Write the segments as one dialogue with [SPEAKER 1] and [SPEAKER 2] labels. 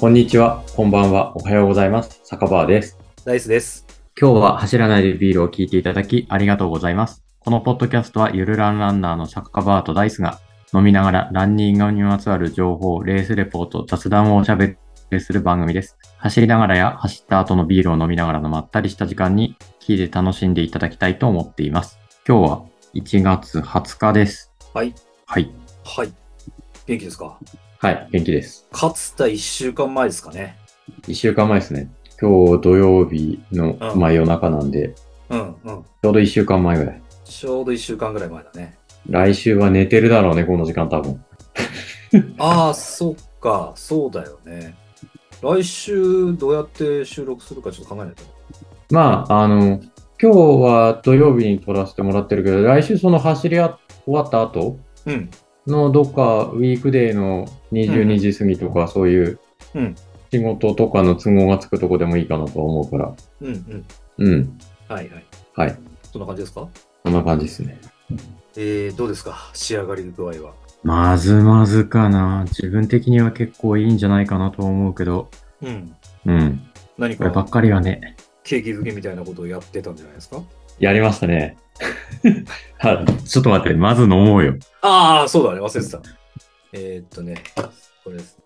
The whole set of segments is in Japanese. [SPEAKER 1] こんにちは、こんばんは、おはようございます。酒場です。
[SPEAKER 2] ナイスです。
[SPEAKER 1] 今日は走らないでビールを聞いていただきありがとうございます。このポッドキャストはゆるランランナーの酒場とダイスが飲みながらランニングにまつわる情報、レースレポート、雑談をおしゃべりする番組です。走りながらや走った後のビールを飲みながらのまったりした時間に聞いて楽しんでいただきたいと思っています。今日は1月20日です。
[SPEAKER 2] はい。
[SPEAKER 1] はい。
[SPEAKER 2] はい。元気ですか
[SPEAKER 1] はい、元気です。
[SPEAKER 2] かつた1週間前ですかね。
[SPEAKER 1] 1週間前ですね。今日土曜日の、
[SPEAKER 2] うん
[SPEAKER 1] まあ夜中なんで、
[SPEAKER 2] うんうん。
[SPEAKER 1] ちょうど1週間前ぐらい。
[SPEAKER 2] ちょうど1週間ぐらい前だね。
[SPEAKER 1] 来週は寝てるだろうね、この時間多分。
[SPEAKER 2] ああ、そっか。そうだよね。来週どうやって収録するかちょっと考えないと。
[SPEAKER 1] まあ、あの、今日は土曜日に撮らせてもらってるけど、来週その走りあ終わった後
[SPEAKER 2] うん。
[SPEAKER 1] のどっかウィークデーの22時過ぎとか、そういう
[SPEAKER 2] うん
[SPEAKER 1] 仕事とかの都合がつくとこでもいいかなと思うから。
[SPEAKER 2] うんうん。
[SPEAKER 1] うん。
[SPEAKER 2] はいはい。
[SPEAKER 1] はい。
[SPEAKER 2] そんな感じですか
[SPEAKER 1] そんな感じですね。
[SPEAKER 2] えー、どうですか仕上がりの具合は。
[SPEAKER 1] まずまずかな。自分的には結構いいんじゃないかなと思うけど。
[SPEAKER 2] うん。
[SPEAKER 1] うん。
[SPEAKER 2] 何
[SPEAKER 1] これば
[SPEAKER 2] か
[SPEAKER 1] っかりはね。
[SPEAKER 2] 景気づけみたいなことをやってたんじゃないですか
[SPEAKER 1] やりましたね。 はいちょっと待って、まず飲もうよ。
[SPEAKER 2] ああ、そうだね、忘れてた。えー、っとね、これです。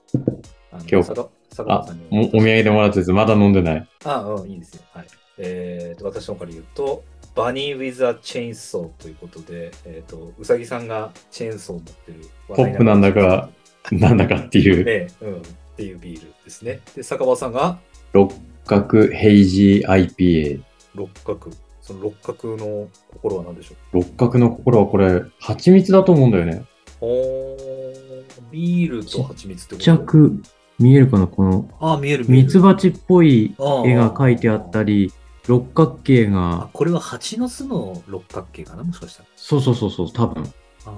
[SPEAKER 2] あの
[SPEAKER 1] 今日
[SPEAKER 2] 坂坂
[SPEAKER 1] あ
[SPEAKER 2] 本さんに、
[SPEAKER 1] おお土産でもらったやつ、まだ飲んでない。
[SPEAKER 2] ああ、うん、いいですよ。はい。えー、っと、私の方から言うと、バニー・ウィザ・チェーンソーということで、えー、っと、うさぎさんがチェーンソーを持ってる
[SPEAKER 1] ポップなんだか、なんだかっていう、
[SPEAKER 2] ええ、うん、っていうビールですね。で、酒場さんが
[SPEAKER 1] 六角ヘイジー IPA。
[SPEAKER 2] 六角。その六角の心は何でしょう
[SPEAKER 1] 六角の心はこれ、蜂蜜だと思うんだよね。
[SPEAKER 2] おービールと蜂蜜ってこと
[SPEAKER 3] 着見えるかなこの
[SPEAKER 2] ああ、見える見
[SPEAKER 3] ミ
[SPEAKER 2] える。
[SPEAKER 3] ツバチっぽい絵
[SPEAKER 2] 絵
[SPEAKER 3] が描いてあったり六角形が
[SPEAKER 2] あこれは蜂の巣の六角形かなもしかしたら。
[SPEAKER 3] そうそうそうそう多分
[SPEAKER 2] ああ、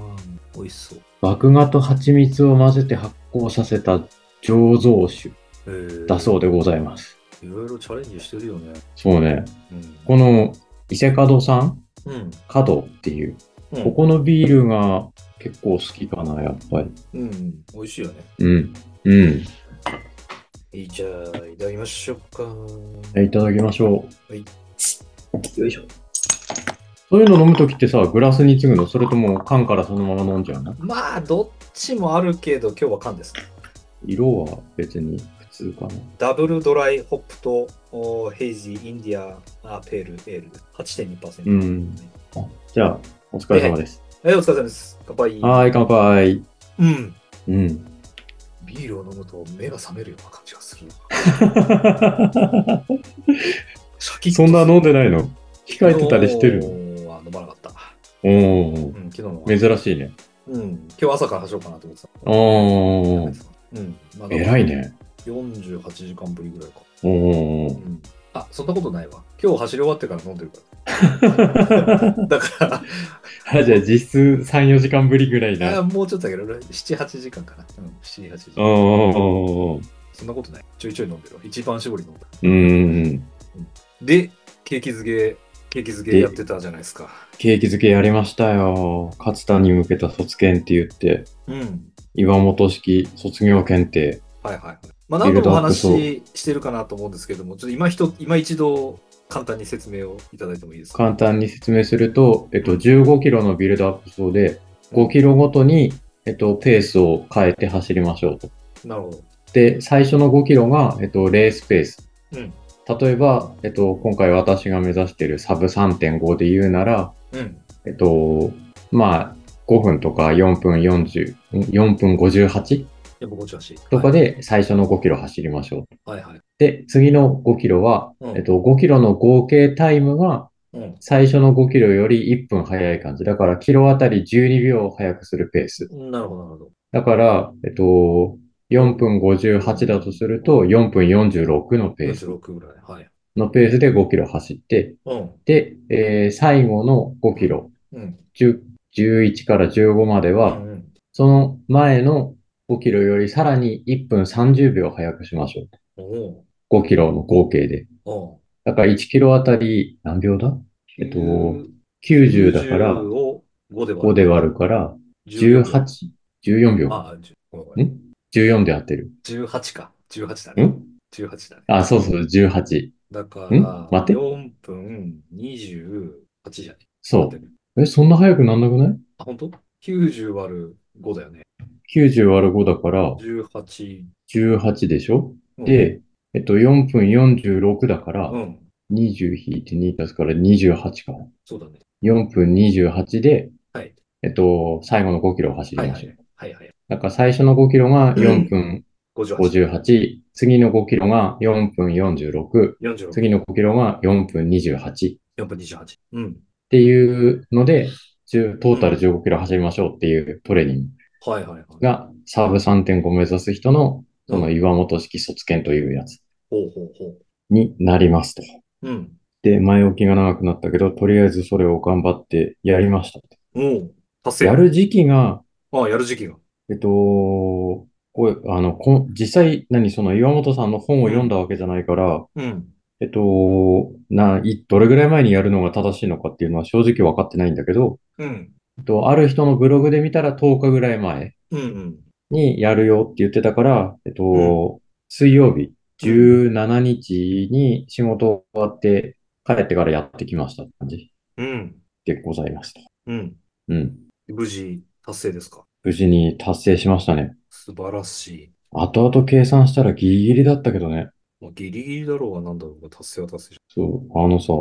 [SPEAKER 2] 美味しそう。
[SPEAKER 1] 麦芽と蜂蜜を混ぜて発酵させた醸造酒
[SPEAKER 2] えー
[SPEAKER 1] だそうでございます。
[SPEAKER 2] いろいろチャレンジしてるよね。
[SPEAKER 1] そうね。
[SPEAKER 2] うん。
[SPEAKER 1] この伊勢門さん
[SPEAKER 2] うん。
[SPEAKER 1] 角っていう、
[SPEAKER 2] うん
[SPEAKER 1] ここのビールが結構好きかな、やっぱり。
[SPEAKER 2] うん。美味しいよね。
[SPEAKER 1] うん。うん。
[SPEAKER 2] いいじゃあ、いただきましょうか。
[SPEAKER 1] えいただきましょう。
[SPEAKER 2] よいしょ。
[SPEAKER 1] そういうの飲むときってさ、グラスに継ぐのそれとも缶からそのまま飲んじゃうの
[SPEAKER 2] まあ、どっちもあるけど、今日は缶です。
[SPEAKER 1] 色は別に普通かな。
[SPEAKER 2] ダブルドライホップとおヘイジー、インディア、アーペール、エールです。8.2%。
[SPEAKER 1] うんじゃあ、お疲れ様です。
[SPEAKER 2] はい、お疲れ様です。乾杯。
[SPEAKER 1] はーい、乾杯。
[SPEAKER 2] うん。
[SPEAKER 1] うん。
[SPEAKER 2] ビールを飲むと目が覚めるような感じがするな。シャキッとす
[SPEAKER 1] そ
[SPEAKER 2] る
[SPEAKER 1] んな飲んでないの控えてたりしてる
[SPEAKER 2] 昨日は飲まなかった。
[SPEAKER 1] のお
[SPEAKER 2] うん、昨日の
[SPEAKER 1] お、。珍しいね。
[SPEAKER 2] うん、今日朝から走ろうかなと思ってた。
[SPEAKER 1] おー、
[SPEAKER 2] うん、まだ
[SPEAKER 1] 偉い。ね。
[SPEAKER 2] 48時間ぶりぐらいか。
[SPEAKER 1] おお。
[SPEAKER 2] うん。あ、そんなことないわ。今日走り終わってから飲んでるか
[SPEAKER 1] あ
[SPEAKER 2] ら。だか
[SPEAKER 1] じゃあ、実質3、4時間ぶりぐらい
[SPEAKER 2] ら、あ
[SPEAKER 1] な。
[SPEAKER 2] もうちょっとだけど、7、8時間かな。うん、7、8時
[SPEAKER 1] おー
[SPEAKER 2] 間。
[SPEAKER 1] おーおー。
[SPEAKER 2] そんなことない。ちょいちょい飲んでるわ。一番絞り飲んだ。
[SPEAKER 1] うん。
[SPEAKER 2] で、景気づけ、景気づけ
[SPEAKER 1] で
[SPEAKER 2] やってたじゃないですか。
[SPEAKER 1] ケーキ漬けやりましたよ。勝田に向けた卒検って言って。
[SPEAKER 2] うん。
[SPEAKER 1] 岩本式卒業検定。
[SPEAKER 2] はいはいはい。まあ、何
[SPEAKER 1] ビルド
[SPEAKER 2] 度もお
[SPEAKER 1] アップ
[SPEAKER 2] 話
[SPEAKER 1] そう
[SPEAKER 2] ししてるかなと思うんですけども、ちょっと今ひと今一度簡単に説明をいただいてもいいですか。
[SPEAKER 1] 簡単に説明すると、えっと、15キロのビルドアップ走で、5キロごとに、えっと、ペースを変えて走りましょうと。
[SPEAKER 2] なるほど。
[SPEAKER 1] で、最初の5キロが、えっと、レースペース。
[SPEAKER 2] うん。
[SPEAKER 1] 例えば、えっと、今回私が目指しているサブ3.5で言うなら、
[SPEAKER 2] うん。
[SPEAKER 1] えっと、まあ、5分とか4分40、ん4分58
[SPEAKER 2] やっぱこっちらしい。
[SPEAKER 1] とかで最初の5キロ走りましょう。
[SPEAKER 2] はいはい。
[SPEAKER 1] で、次の5キロは、
[SPEAKER 2] うん
[SPEAKER 1] えっと、5キロの合計タイムが、
[SPEAKER 2] うん。
[SPEAKER 1] 最初の5キロより1分早い感じ。だから、キロあたり12秒早くするペース。
[SPEAKER 2] なるほど、なるほど。
[SPEAKER 1] だから、えっと、4分58だとすると、4分46のペース。
[SPEAKER 2] 46ぐらい。はい。
[SPEAKER 1] のペースで5キロ走って、
[SPEAKER 2] うん。
[SPEAKER 1] で、えー最後の5キロ、
[SPEAKER 2] うん。
[SPEAKER 1] 10 11から15までは、
[SPEAKER 2] うんうん
[SPEAKER 1] その前の5キロよりさらに1分30秒早くしましょ
[SPEAKER 2] お
[SPEAKER 1] う。5キロの合計で。
[SPEAKER 2] お。おう
[SPEAKER 1] だから1キロあたり何秒だえっと90だから
[SPEAKER 2] 90を5で割る。
[SPEAKER 1] 5で割るから、
[SPEAKER 2] 18
[SPEAKER 1] 18、14秒か
[SPEAKER 2] あ、10ごめんごめん
[SPEAKER 1] ん ?14 で合ってる。
[SPEAKER 2] 18か。 18だ
[SPEAKER 1] ん
[SPEAKER 2] ね。18だね。
[SPEAKER 1] あ、そうそう、18。
[SPEAKER 2] だか
[SPEAKER 1] ん
[SPEAKER 2] ら、
[SPEAKER 1] 待って
[SPEAKER 2] 4分28じゃない
[SPEAKER 1] そ
[SPEAKER 2] 待ってね
[SPEAKER 1] う。え、そんな早くなんなくない
[SPEAKER 2] あ、本当 ?90 割る5だよね。
[SPEAKER 1] ?90 割る5だから、
[SPEAKER 2] 18。
[SPEAKER 1] 18でしょ
[SPEAKER 2] うん、
[SPEAKER 1] で、えっと、4分46だから
[SPEAKER 2] う、ん、
[SPEAKER 1] 20引いて2足すから28か。
[SPEAKER 2] そうだね。
[SPEAKER 1] 4分28で、
[SPEAKER 2] はい
[SPEAKER 1] えっと、最後の5キロを走り
[SPEAKER 2] はい
[SPEAKER 1] ま
[SPEAKER 2] は
[SPEAKER 1] しょう。
[SPEAKER 2] い。はいはい。
[SPEAKER 1] だから最初の5キロが4分
[SPEAKER 2] 58。
[SPEAKER 1] 58、次の5キロが4分46、
[SPEAKER 2] 46。
[SPEAKER 1] 次の5キロが4分28っ
[SPEAKER 2] 4分28。うん。
[SPEAKER 1] ていうので、10トータル15キロ走りましょうっていうトレーニング
[SPEAKER 2] はいはいはい。
[SPEAKER 1] が、サーブ3.5目指す人の、その
[SPEAKER 2] うん
[SPEAKER 1] 岩本式卒検というやつ
[SPEAKER 2] ほうほうほ
[SPEAKER 1] になりますと。
[SPEAKER 2] う。うん。
[SPEAKER 1] で、前置きが長くなったけど、とりあえずそれを頑張ってやりましたと。
[SPEAKER 2] もう、達成。
[SPEAKER 1] やる時期が、
[SPEAKER 2] ああ、やる時期が。
[SPEAKER 1] えっと、これ、あの、こん実際、何、その岩本さんの本を読んだわけじゃないから、
[SPEAKER 2] うん。
[SPEAKER 1] えっと、な、い、どれぐらい前にやるのが正しいのかっていうのは正直分かってないんだけど、
[SPEAKER 2] うん。
[SPEAKER 1] えっと、ある人のブログで見たら10日ぐらい前
[SPEAKER 2] うんうん。
[SPEAKER 1] にやるよって言ってたから、えっ
[SPEAKER 2] う
[SPEAKER 1] と、水曜日17日に仕事終わって帰ってからやってきましたって感じ
[SPEAKER 2] うん。
[SPEAKER 1] でございました。
[SPEAKER 2] うん。
[SPEAKER 1] うん。
[SPEAKER 2] 無事、達成ですか。
[SPEAKER 1] 無事に達成しましたね。
[SPEAKER 2] 素晴らしい。
[SPEAKER 1] 後々計算したらギリギリだったけどね。
[SPEAKER 2] まあ、ギリギリだろうがなんだろうが達成は達成じ
[SPEAKER 1] そう、あのさ、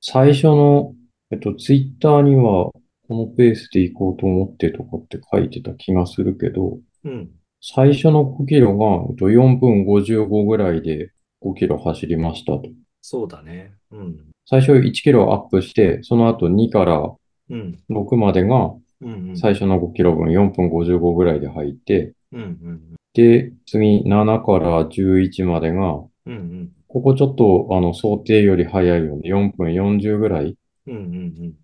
[SPEAKER 1] 最初の、えっと、ツイッターには、このペースで行こうと思ってとかって書いてた気がするけど、
[SPEAKER 2] ゃん。うん。
[SPEAKER 1] 最初の5キロが、えっと、4分55ぐらいで5キロ走りましたと。
[SPEAKER 2] そうだね。うん。
[SPEAKER 1] 最初1キロアップして、その後2から
[SPEAKER 2] うん。
[SPEAKER 1] 6までが、
[SPEAKER 2] うん、うん。
[SPEAKER 1] 最初の5キロ分4分55ぐらいで入って、
[SPEAKER 2] うんうん
[SPEAKER 1] で、次7から11までが、
[SPEAKER 2] うん。うん
[SPEAKER 1] ここちょっと、あの、想定より早いよね。4分40ぐらい
[SPEAKER 2] うん。うんうんうん。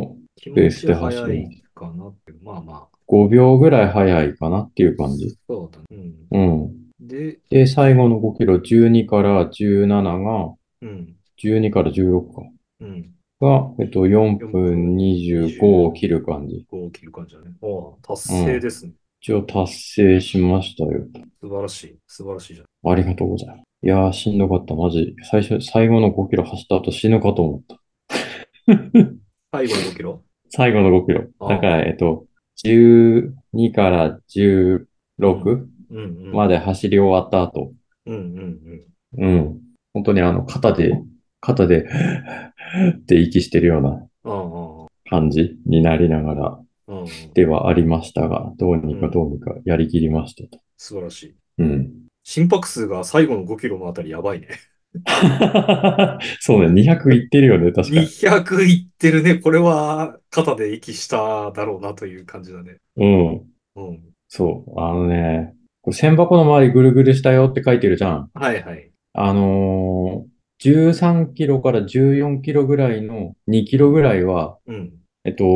[SPEAKER 1] の
[SPEAKER 2] 気
[SPEAKER 1] ベ
[SPEAKER 2] 持
[SPEAKER 1] ース
[SPEAKER 2] ち
[SPEAKER 1] で
[SPEAKER 2] は
[SPEAKER 1] 走る
[SPEAKER 2] 早いかなって。まあまあ。
[SPEAKER 1] 5秒ぐらい早いかなっていう感じ。
[SPEAKER 2] そうだね。うん。
[SPEAKER 1] うん。
[SPEAKER 2] で、
[SPEAKER 1] で、最後の5キロ、12から17が、
[SPEAKER 2] うん。
[SPEAKER 1] 12から16か。
[SPEAKER 2] うん。
[SPEAKER 1] が、えっと、4分25を切る感じ。
[SPEAKER 2] こう切る感じだね。ああ、達成ですね。
[SPEAKER 1] 一応達成しましたよ。
[SPEAKER 2] 素晴らしい。素晴らしいじゃん。
[SPEAKER 1] ありがとうございます。いやー、しんどかった、マジ。最初、最後の5キロ走った後死ぬかと思った。
[SPEAKER 2] 最後の5キロ
[SPEAKER 1] 最後の5キロ。
[SPEAKER 2] あー
[SPEAKER 1] だから、えっと、12から16
[SPEAKER 2] うんうん。
[SPEAKER 1] まで走り終わった後。
[SPEAKER 2] うんうんうん。
[SPEAKER 1] うん。本当にあの、肩で、肩で、って息してるような
[SPEAKER 2] ああ、
[SPEAKER 1] 感じになりながら
[SPEAKER 2] うんうん。
[SPEAKER 1] ではありましたが、どうにかどうにかやりきりましたと。
[SPEAKER 2] 素晴らしい。
[SPEAKER 1] うん。
[SPEAKER 2] 心拍数が最後の5キロのあたりやばいね。
[SPEAKER 1] そうね、200いってるよね、確かに。
[SPEAKER 2] 200いってるね。これは肩で息しただろうなという感じだね。
[SPEAKER 1] うん。
[SPEAKER 2] うん。
[SPEAKER 1] そう。あのね、これ千箱の周りぐるぐるしたよって書いてるじゃん。
[SPEAKER 2] はいはい。
[SPEAKER 1] あのー、13キロから14キロぐらいの2キロぐらいは、
[SPEAKER 2] うん。
[SPEAKER 1] えっと、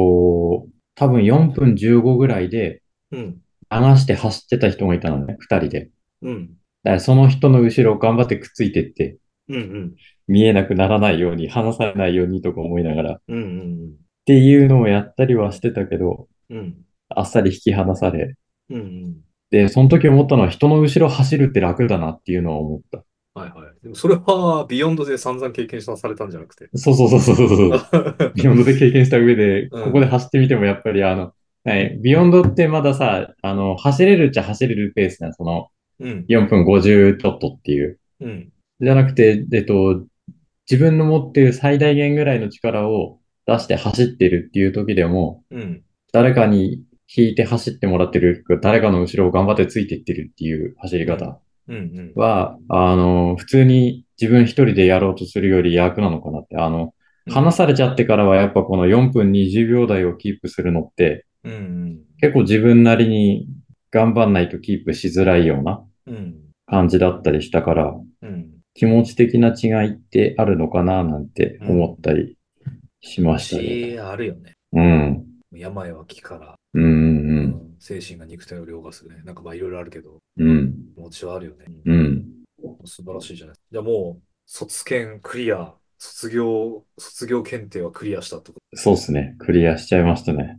[SPEAKER 1] 多分4分15ぐらいで、
[SPEAKER 2] うん。
[SPEAKER 1] 流して走ってた人がいたのね、二人で。
[SPEAKER 2] うん。
[SPEAKER 1] だからその人の後ろを頑張ってくっついてって、
[SPEAKER 2] うんうん。
[SPEAKER 1] 見えなくならないように、離されないようにとか思いながら、っ
[SPEAKER 2] うんうん
[SPEAKER 1] ていうのをやったりはしてたけど、
[SPEAKER 2] うん。うん。
[SPEAKER 1] あっさり引き離され。
[SPEAKER 2] うんうん。
[SPEAKER 1] で、その時思ったのは人の後ろ走るって楽だなっていうのは思った。
[SPEAKER 2] はいはい。でもそれはビヨンドで散々経験されたんじゃなくて。
[SPEAKER 1] そうそうそうそうそうそう。ビヨンドで経験した上で、
[SPEAKER 2] うん
[SPEAKER 1] ここで走ってみてもやっぱりあの、はい、ビヨンドってまださ、あの、走れるっちゃ走れるペースな、その
[SPEAKER 2] うん。
[SPEAKER 1] 4分50ちょっとっていう。
[SPEAKER 2] うん。
[SPEAKER 1] じゃなくて、えっと、自分の持っている最大限ぐらいの力を出して走ってるっていう時でも、
[SPEAKER 2] うん。
[SPEAKER 1] 誰かに引いて走ってもらってる、誰かの後ろを頑張ってついていってるっていう走り方
[SPEAKER 2] うんうん。
[SPEAKER 1] は、あの、普通に自分一人でやろうとするより役なのかなって、あの、離されちゃってからはやっぱこの4分20秒台をキープするのって、
[SPEAKER 2] うんうん。
[SPEAKER 1] 結構自分なりに頑張んないとキープしづらいような
[SPEAKER 2] うん。
[SPEAKER 1] 感じだったりしたから、
[SPEAKER 2] うん。
[SPEAKER 1] 気持ち的な違いってあるのかななんて思ったりしましたね。
[SPEAKER 2] しあるよね。
[SPEAKER 1] うん。
[SPEAKER 2] 病は気から、
[SPEAKER 1] うんうん
[SPEAKER 2] うん精神が肉体を凌駕するね。なんかまあいろいろあるけど、
[SPEAKER 1] うん。うん。
[SPEAKER 2] 気持ちはあるよね。
[SPEAKER 1] うん。
[SPEAKER 2] 素晴らしいじゃないですか。じゃあもう、卒検クリア、卒業、卒業検定はクリアしたってこと。
[SPEAKER 1] そうっすね。クリアしちゃいましたね。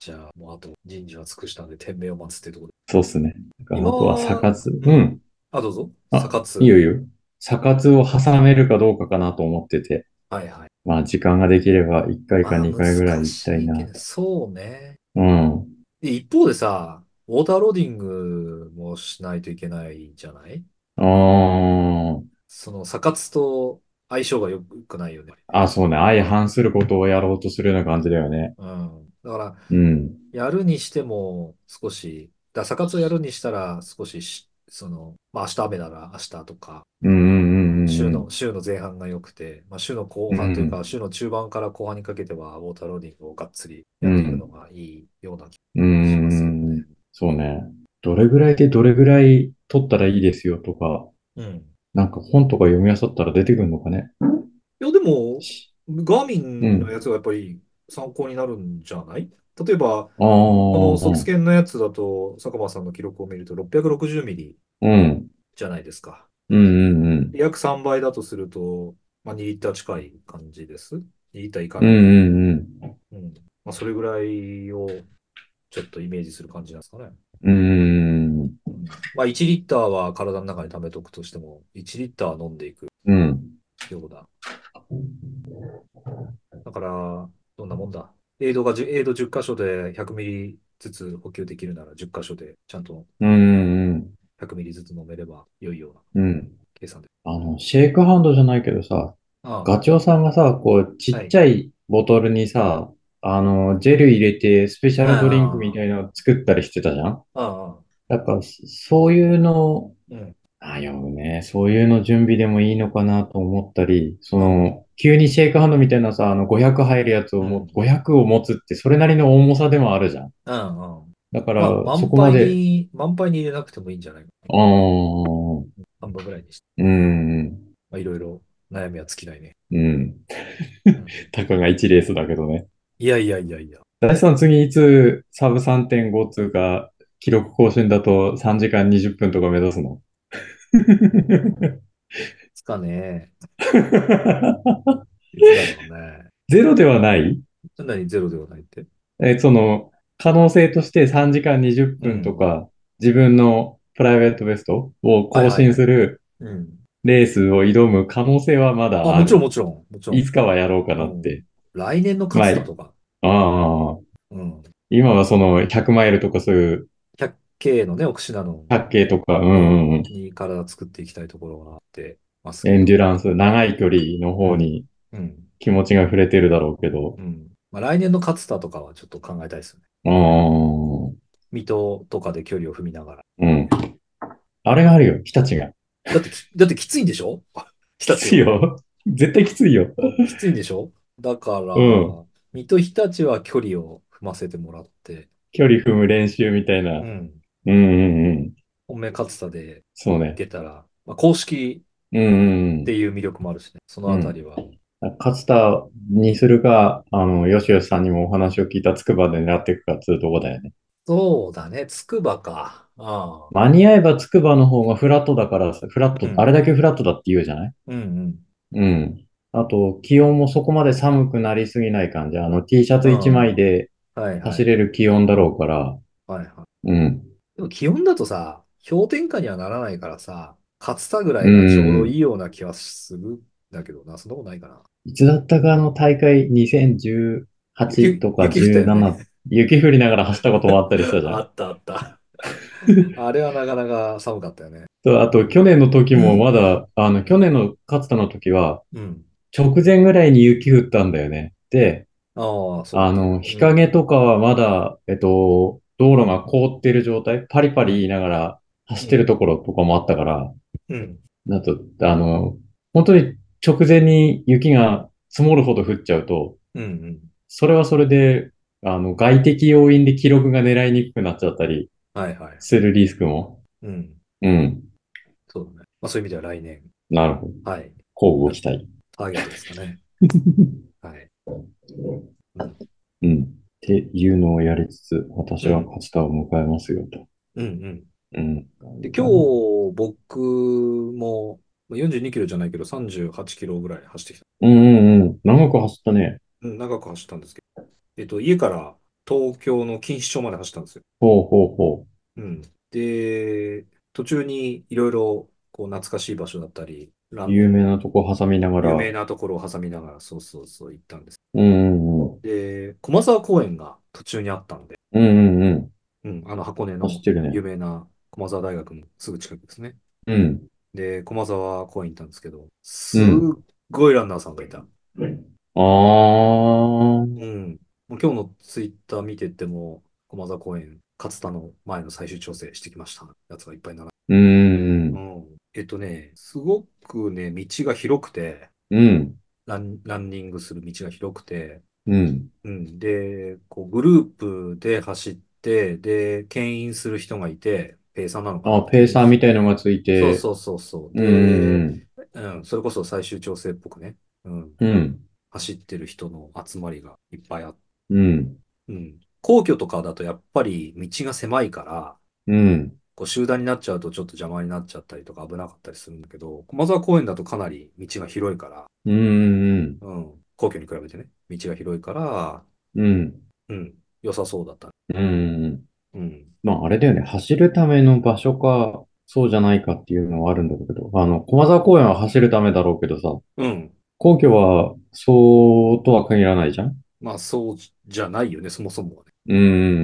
[SPEAKER 2] じゃあもうあと人事は尽くしたんで、天命を待つってところ
[SPEAKER 1] そうっすね。だからあ
[SPEAKER 2] 今
[SPEAKER 1] とは
[SPEAKER 2] は
[SPEAKER 1] 逆ず、
[SPEAKER 2] う
[SPEAKER 1] うんん。
[SPEAKER 2] あ、どうぞ。
[SPEAKER 1] あ
[SPEAKER 2] サカツ。
[SPEAKER 1] いいよいいよ。サカツを挟めるかどうかかなと思ってて、
[SPEAKER 2] はいはい。
[SPEAKER 1] まあ時間ができれば1回か
[SPEAKER 2] まあ
[SPEAKER 1] 2回ぐらい行
[SPEAKER 2] 難
[SPEAKER 1] き
[SPEAKER 2] した
[SPEAKER 1] いな。
[SPEAKER 2] けどそうね。
[SPEAKER 1] うん。
[SPEAKER 2] で、一方でさ、ウォーターローディングもしないといけないんじゃない
[SPEAKER 1] あ
[SPEAKER 2] その、サカツと相性が良くないよね。
[SPEAKER 1] あ。あ、そうね。相反することをやろうとするような感じだよね。
[SPEAKER 2] うん。だから、
[SPEAKER 1] うん。
[SPEAKER 2] やるにしても少し、だからサカツをやるにしたら少しし、その、まあ明日雨なら明日とか、
[SPEAKER 1] うんうんうんうん。
[SPEAKER 2] 週の、週の前半が良くて、まあ、週の後半というか、週の中盤から後半にかけては、ウォーターローディングをがっつりやっていくのがいいよう
[SPEAKER 1] う
[SPEAKER 2] な気がし
[SPEAKER 1] んう
[SPEAKER 2] ま
[SPEAKER 1] ん
[SPEAKER 2] すよ
[SPEAKER 1] う
[SPEAKER 2] ね
[SPEAKER 1] ん。。そうね。どれぐらいでどれぐらい取ったらいいですよとか、
[SPEAKER 2] うん。
[SPEAKER 1] なんか本とか読み漁ったら出てくるのかね。
[SPEAKER 2] いや、でも、ガーミンのやつがやっぱり参考になるんじゃない例えば、
[SPEAKER 1] ああ。
[SPEAKER 2] あの、卒
[SPEAKER 1] う
[SPEAKER 2] 検のやつだと、坂間さんの記録を見ると660ミリ
[SPEAKER 1] ん。
[SPEAKER 2] じゃないですか。
[SPEAKER 1] うんうんうん。
[SPEAKER 2] 約3倍だとすると、まあ、2リッター近い感じです。2リッター以下
[SPEAKER 1] うん
[SPEAKER 2] の。
[SPEAKER 1] うんうん。
[SPEAKER 2] うん。まあ、それぐらいを、ちょっとイメージする感じなんですかね。
[SPEAKER 1] うーん。
[SPEAKER 2] まあ、1リッターは体の中に溜めとくとしても、1リッターは飲んでいく
[SPEAKER 1] うん。
[SPEAKER 2] ようだ。だから、どんなもんだ。エイドがじゅ、エイド10箇所で100ミリずつ補給できるなら10箇所でちゃんと
[SPEAKER 1] うんうん
[SPEAKER 2] 100ミリずつ飲めれば良いような
[SPEAKER 1] うん。うん。
[SPEAKER 2] 計算で。
[SPEAKER 1] あの、シェイクハンドじゃないけどさ、
[SPEAKER 2] ああ、
[SPEAKER 1] ガチョウさんがさ、こう、ちっちゃいボトルにさ、あの、ジェル入れて、スペシャルドリンクみたいなの作ったりしてたじゃん
[SPEAKER 2] ああ、ああ
[SPEAKER 1] だから、そういうの、
[SPEAKER 2] うん。
[SPEAKER 1] あ、よね、そういうの準備でもいいのかなと思ったり、その、急にシェイクハンドみたいなさ、あの、500入るやつをも、
[SPEAKER 2] うん
[SPEAKER 1] 500を持つって、それなりの重さでもあるじゃん。
[SPEAKER 2] うん、うん。
[SPEAKER 1] だか
[SPEAKER 2] ま
[SPEAKER 1] ら
[SPEAKER 2] あ、、満
[SPEAKER 1] そこま
[SPEAKER 2] 杯
[SPEAKER 1] で、
[SPEAKER 2] に、満杯に入れなくてもいいんじゃないか
[SPEAKER 1] あー、
[SPEAKER 2] 半分ぐらいにして。
[SPEAKER 1] うん、
[SPEAKER 2] まあ、いろいろ悩みは尽きないね。
[SPEAKER 1] うん。
[SPEAKER 2] うん
[SPEAKER 1] たかが1レースだけどね。
[SPEAKER 2] いやいやいやいや。
[SPEAKER 1] ダイソン次いつサブ3.5つが記録更新だと3時間20分とか目指すの
[SPEAKER 2] つかねえ。いつだろうね。
[SPEAKER 1] ゼロではない
[SPEAKER 2] 何ゼロではないって。
[SPEAKER 1] え、その、可能性として3時間20分とか自分のプライベートベストを更新する
[SPEAKER 2] うん。
[SPEAKER 1] レースを挑む可能性はまだ
[SPEAKER 2] あ、
[SPEAKER 1] あ
[SPEAKER 2] もちろん
[SPEAKER 1] る。
[SPEAKER 2] もちろん。もちろ
[SPEAKER 1] い
[SPEAKER 2] ん
[SPEAKER 1] つ。かはやろうかなって。
[SPEAKER 2] 来年の勝田とか。
[SPEAKER 1] ああ、
[SPEAKER 2] うん。
[SPEAKER 1] 今はその100マイルとかそういう
[SPEAKER 2] 100K のね、奥品の
[SPEAKER 1] 100系とか、うんうんうん、
[SPEAKER 2] に体作っていきたいところがあってますけ
[SPEAKER 1] エ
[SPEAKER 2] ど
[SPEAKER 1] ンデュランス、長い距離の方に
[SPEAKER 2] うん。
[SPEAKER 1] 気持ちが触れてるだろうけど、
[SPEAKER 2] うん。まあ来年の勝田とかはちょっと考えたいですよね。
[SPEAKER 1] あー
[SPEAKER 2] 水戸とかで距離を踏みながら。
[SPEAKER 1] うん。あれがあるよ、日立が。
[SPEAKER 2] だってき、 だってきついんでしょ 日
[SPEAKER 1] きつい
[SPEAKER 2] 立。
[SPEAKER 1] よ。絶対きついよ。
[SPEAKER 2] きついんでしょだから
[SPEAKER 1] うん、
[SPEAKER 2] 水戸日立は距離を踏ませてもらって、
[SPEAKER 1] 距離踏む練習みたいな。
[SPEAKER 2] う
[SPEAKER 1] うん
[SPEAKER 2] ん。
[SPEAKER 1] うんうん。
[SPEAKER 2] 本命勝田で
[SPEAKER 1] そう
[SPEAKER 2] い
[SPEAKER 1] ね。
[SPEAKER 2] けたら、まあ、公式
[SPEAKER 1] うんうんうん
[SPEAKER 2] って。いう魅力もあるしね。そのあたりは。
[SPEAKER 1] 勝田にするか、あの、よしよしさんにもお話を聞いた筑波で狙っていくかっていうとこだよね。
[SPEAKER 2] そうだね、つくばか。ああ。
[SPEAKER 1] 間に合えば筑波の方がフラットだから、フラット
[SPEAKER 2] う、ん
[SPEAKER 1] あれだけフラットだって言うじゃない
[SPEAKER 2] うんうん。
[SPEAKER 1] うん。あと、気温もそこまで寒くなりすぎない感じ。あの、T シャツ1枚で
[SPEAKER 2] はいはい。
[SPEAKER 1] 走れる気温だろうから。
[SPEAKER 2] はいはい。
[SPEAKER 1] うん。
[SPEAKER 2] でも気温だとさ、氷点下にはならないからさ、勝田ぐらいがちょうどいいような気はするんだけどな、そんなことないかな。
[SPEAKER 1] いつだったかあの大会2018とか
[SPEAKER 2] 雪雪降ったよ
[SPEAKER 1] 17、
[SPEAKER 2] ね
[SPEAKER 1] 雪降りながら走ったこともあったりしたじゃ
[SPEAKER 2] あ
[SPEAKER 1] ん。
[SPEAKER 2] ったあった。あれはなかなか寒かったよね。
[SPEAKER 1] とあと去年の時もまだ、あの去年の勝田の時は
[SPEAKER 2] うん。
[SPEAKER 1] 直前ぐらいに雪降ったんだよね。で、
[SPEAKER 2] ああ、そう
[SPEAKER 1] あの日陰とかはまだ、えっと、道路が凍ってる状態、パリパリ言いながら走ってるところとかもあったから、
[SPEAKER 2] うん。
[SPEAKER 1] あと、あの、本当に直前に雪が積もるほど降っちゃうと、
[SPEAKER 2] うんうん。
[SPEAKER 1] それはそれで、あの、外的要因で記録が狙いにくくなっちゃったり
[SPEAKER 2] はいはい。
[SPEAKER 1] するリスクも。
[SPEAKER 2] うん。
[SPEAKER 1] うん。
[SPEAKER 2] そうだね。まあそういう意味では来年、
[SPEAKER 1] なるほど。
[SPEAKER 2] はい、
[SPEAKER 1] こうご期待。
[SPEAKER 2] ターゲットです かね。はい。
[SPEAKER 1] うん。っていうのをやりつつ、私は勝田を迎えますよと。
[SPEAKER 2] うんうん。
[SPEAKER 1] うん。
[SPEAKER 2] で、今日、僕もまあ42キロじゃないけど、38キロぐらい走ってきた。
[SPEAKER 1] うんうんうん。長く走ったね。
[SPEAKER 2] うん、長く走ったんですけど、えっと、家から東京の錦糸町まで走ったんですよ。
[SPEAKER 1] ほうほうほ
[SPEAKER 2] うん。で、途中にいろいろこう懐かしい場所だったり、ラン
[SPEAKER 1] 有名なとこ挟みながら。
[SPEAKER 2] 有名なところを挟みながら、そうそうそう行ったんです。
[SPEAKER 1] うんうんうん。
[SPEAKER 2] で、駒沢公園が途中にあったんで、
[SPEAKER 1] うんうんうん。
[SPEAKER 2] うん、あの箱根の
[SPEAKER 1] 走ってるね。
[SPEAKER 2] 有名な駒沢大学のすぐ近くですね。
[SPEAKER 1] うん。
[SPEAKER 2] で、駒沢公園行ったんですけど、すっごいランナーさんがいた。
[SPEAKER 1] あー。
[SPEAKER 2] うん。もう今日のツイッター見てても、駒沢公園、勝田の前の最終調整してきました。やつがいっぱい並んで
[SPEAKER 1] うんうん
[SPEAKER 2] うん。えっとね、すごくね、道が広くて、
[SPEAKER 1] うん。うん。
[SPEAKER 2] ラン、ランニングする道が広くて、
[SPEAKER 1] うん。
[SPEAKER 2] うん。で、こう、グループで走って、で、牽引する人がいて、ペーサーなのかな
[SPEAKER 1] あ、ペーサーみたいのがついて。
[SPEAKER 2] そうそうそうそう。
[SPEAKER 1] う
[SPEAKER 2] で、
[SPEAKER 1] んうん
[SPEAKER 2] うん、それこそ最終調整っぽくね、うん、
[SPEAKER 1] うん。うん。
[SPEAKER 2] 走ってる人の集まりがいっぱいあって、
[SPEAKER 1] うん。
[SPEAKER 2] うん、皇居とかだとやっぱり道が狭いから、
[SPEAKER 1] うん。
[SPEAKER 2] こう集団になっちゃうとちょっと邪魔になっちゃったりとか危なかったりするんだけど、駒沢公園だとかなり道が広いから、
[SPEAKER 1] うん。うん。
[SPEAKER 2] うん、皇居に比べてね、道が広いから、
[SPEAKER 1] うん。
[SPEAKER 2] うん、良さそうだった。
[SPEAKER 1] うん。
[SPEAKER 2] うん、
[SPEAKER 1] まあ、あれだよね。走るための場所か、そうじゃないかっていうのはあるんだけど、あの、駒沢公園は走るためだろうけどさ、
[SPEAKER 2] うん。
[SPEAKER 1] 皇居は、そうとは限らないじゃん
[SPEAKER 2] まあそうじゃないよね、そもそもはね。
[SPEAKER 1] うん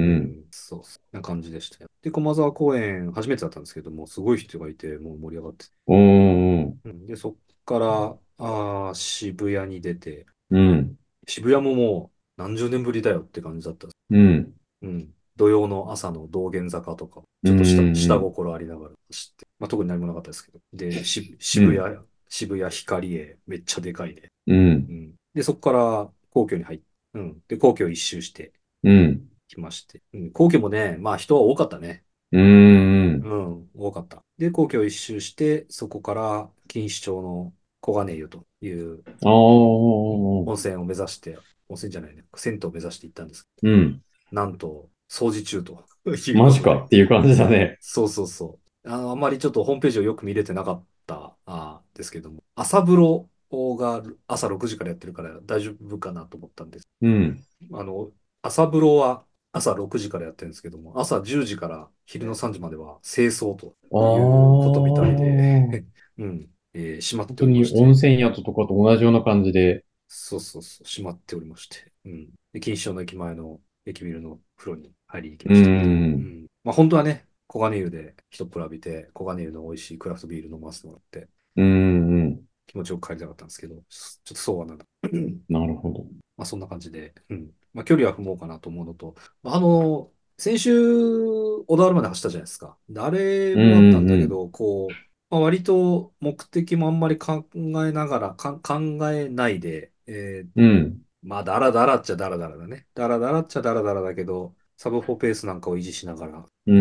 [SPEAKER 1] うん
[SPEAKER 2] そうそう、な感じでしたよ。で、駒沢公園、初めてだったんですけども、すごい人がいて、もう盛り上がってて
[SPEAKER 1] うん。おー
[SPEAKER 2] うんで、そっから、あー渋谷に出て、
[SPEAKER 1] うん。
[SPEAKER 2] 渋谷ももう何十年ぶりだよって感じだったんです。
[SPEAKER 1] うん。
[SPEAKER 2] うん。土曜の朝の道玄坂とか、ちょっと下、
[SPEAKER 1] うんうんうん
[SPEAKER 2] 下心ありながら走って、まあ、特に何もなかったですけど。で、し渋谷、渋谷光栄、めっちゃでかいね。
[SPEAKER 1] うん。
[SPEAKER 2] うん。で、そっから皇居に入って、うん。で、皇居を一周して
[SPEAKER 1] うん。
[SPEAKER 2] きまして。うん。皇居もね、まあ人は多かったね。
[SPEAKER 1] うん。
[SPEAKER 2] うん、多かった。で、皇居を一周して、そこから錦糸町の黄金湯という
[SPEAKER 1] あー。
[SPEAKER 2] 温泉を目指して、温泉じゃないね、銭湯を目指して行ったんですけ
[SPEAKER 1] うん。
[SPEAKER 2] ど、なんと、掃除中という
[SPEAKER 1] マジかっていう感じだね。
[SPEAKER 2] そうそうそう。あの、あんまりちょっとホームページをよく見れてなかったあーですけども、朝風呂が朝6時からやってるから大丈夫かなと思ったんです。
[SPEAKER 1] うん。
[SPEAKER 2] あの、朝風呂は朝6時からやってるんですけども、朝10時から昼の3時までは清掃とい
[SPEAKER 1] あ
[SPEAKER 2] う
[SPEAKER 1] あ
[SPEAKER 2] ことみたい
[SPEAKER 1] ー
[SPEAKER 2] で、うん、えー閉まっ
[SPEAKER 1] 本
[SPEAKER 2] て
[SPEAKER 1] 当
[SPEAKER 2] おりま
[SPEAKER 1] に
[SPEAKER 2] して、
[SPEAKER 1] 温泉宿とかと同じような感じで。
[SPEAKER 2] そうそうそう、閉まっておりまして、うん。で、錦糸町の駅前の駅ビルの風呂に入りに行きました。
[SPEAKER 1] うん
[SPEAKER 2] んまあ本当はね、黄金湯で一っ風呂浴びて、黄金湯の美味しいクラフトビール飲ませてもらって、
[SPEAKER 1] うんうん。
[SPEAKER 2] 気持ちよく帰りたかったんですけど、ちょっとそうはなんだ。
[SPEAKER 1] なるほど。
[SPEAKER 2] まあそんな感じで、うん。まあ距離は踏もうかなと思うのと、まああの、先週、小田原まで走ったじゃないですか。であれもあったんだけど、こう、まあ、割と目的もあんまり考えながら、か考えないで、えー
[SPEAKER 1] うん。
[SPEAKER 2] まあ、だらだらっちゃだらだらだね。だらだらっちゃだらだらだけど、サブ4ペースなんかを維持しながら、
[SPEAKER 1] うんう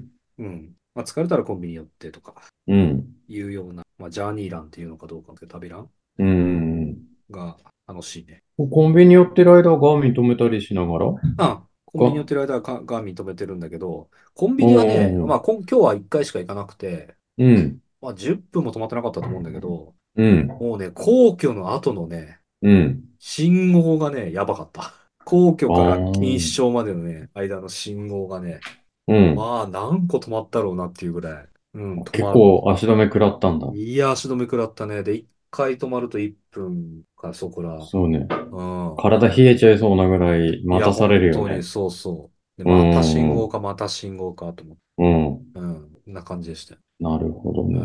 [SPEAKER 1] ん
[SPEAKER 2] うん。まあ、疲れたらコンビニ寄ってとか、
[SPEAKER 1] うん。うん。
[SPEAKER 2] いうような、まあ、ジャーニーランっていうのかどうかって旅ラン
[SPEAKER 1] うんうんうん。
[SPEAKER 2] が楽しいね。
[SPEAKER 1] コンビニ寄ってる間はガーミン止めたりしながら
[SPEAKER 2] あ、コンビニ寄ってる間はガガーミン止めてるんだけど、コンビニはね、
[SPEAKER 1] おー
[SPEAKER 2] まあ、こん今日は1回しか行かなくて、
[SPEAKER 1] うん。
[SPEAKER 2] まあ、10分も止まってなかったと思うんだけど、
[SPEAKER 1] うん。
[SPEAKER 2] もうね、皇居の後のね、
[SPEAKER 1] うん。
[SPEAKER 2] 信号がね、やばかった。皇居から
[SPEAKER 1] あー
[SPEAKER 2] 錦糸町までのね、間の信号がね、
[SPEAKER 1] うん。
[SPEAKER 2] まあ、何個止まったろうなっていうぐらい。うん、止
[SPEAKER 1] 結
[SPEAKER 2] ま
[SPEAKER 1] 構足止め食らったんだ。
[SPEAKER 2] いや、足止め食らったね。で、一回止まると1分か、そこら。
[SPEAKER 1] そうね。
[SPEAKER 2] うん。
[SPEAKER 1] 体冷えちゃいそうなぐらい待たされる
[SPEAKER 2] いや
[SPEAKER 1] よ
[SPEAKER 2] 本当に、
[SPEAKER 1] ね。
[SPEAKER 2] そうそう。で、
[SPEAKER 1] うんうんうん
[SPEAKER 2] また信号か、また信号かと思って。
[SPEAKER 1] うん。
[SPEAKER 2] うん。こんな感じでしたよ。
[SPEAKER 1] なるほどね。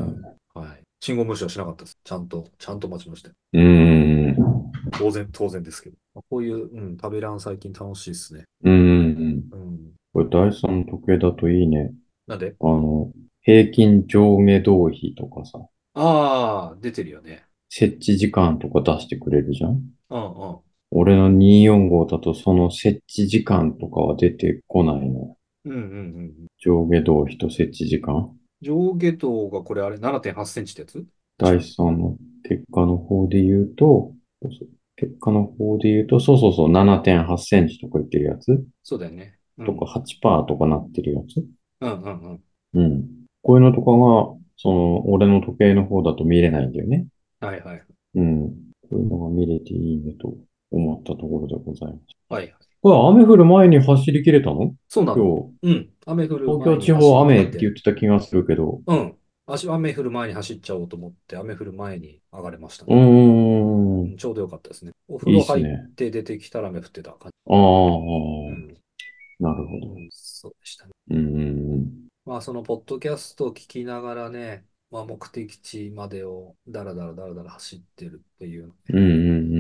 [SPEAKER 2] はい。信号無視はしなかったです。ちゃんと、ちゃんと待ちましたよ。
[SPEAKER 1] うん。
[SPEAKER 2] 当然、当然ですけど。まあこういう、うん、旅ラン最近楽しいですね。
[SPEAKER 1] うんうん。
[SPEAKER 2] うん。
[SPEAKER 1] これ、ダイソンの時計だといいね。
[SPEAKER 2] なんで
[SPEAKER 1] あの、平均上下動比とかさ、
[SPEAKER 2] ああ、出てるよね。
[SPEAKER 1] 設置時間とか出してくれるじゃん
[SPEAKER 2] うんうん。
[SPEAKER 1] 俺の245だとその設置時間とかは出てこないの。
[SPEAKER 2] うんうんうん。
[SPEAKER 1] 上下動比と設置時間。
[SPEAKER 2] 上下動がこれあれ、7.8センチってやつ
[SPEAKER 1] ダイソンの結果の方で言うと、結果の方で言うと、そうそうそう、7.8センチとか言ってるやつ
[SPEAKER 2] そうだよね。うん
[SPEAKER 1] とか8%とかなってるやつ
[SPEAKER 2] うんうんうん。
[SPEAKER 1] うん。こういうのとかが、その、俺の時計の方だと見れないんだよね。
[SPEAKER 2] はいはい。
[SPEAKER 1] うん。こういうのが見れていいねと思ったところでございます。
[SPEAKER 2] はいはい。
[SPEAKER 1] これ雨降る前に走り切れたの
[SPEAKER 2] そうな
[SPEAKER 1] 今
[SPEAKER 2] の。
[SPEAKER 1] 日。
[SPEAKER 2] うん。雨降る前に
[SPEAKER 1] 東京地方雨って言
[SPEAKER 2] う。
[SPEAKER 1] ってた気がするけど。
[SPEAKER 2] うん。足雨降る前に走っちゃおうと思って、雨降る前に上がれました
[SPEAKER 1] う
[SPEAKER 2] ね。
[SPEAKER 1] ーん。
[SPEAKER 2] ちょうどよかったですね。お風
[SPEAKER 1] いい
[SPEAKER 2] 呂
[SPEAKER 1] っす
[SPEAKER 2] 入
[SPEAKER 1] ね。
[SPEAKER 2] って出てきたら雨降ってた感
[SPEAKER 1] ああ、
[SPEAKER 2] じ。
[SPEAKER 1] なるほ
[SPEAKER 2] う
[SPEAKER 1] ど。
[SPEAKER 2] んうんそうでしたね。
[SPEAKER 1] うんうんうん。
[SPEAKER 2] まあ、そのポッドキャストを聞きながらね、まあ、目的地までをだらだらだらだら走ってるっていう
[SPEAKER 1] うんう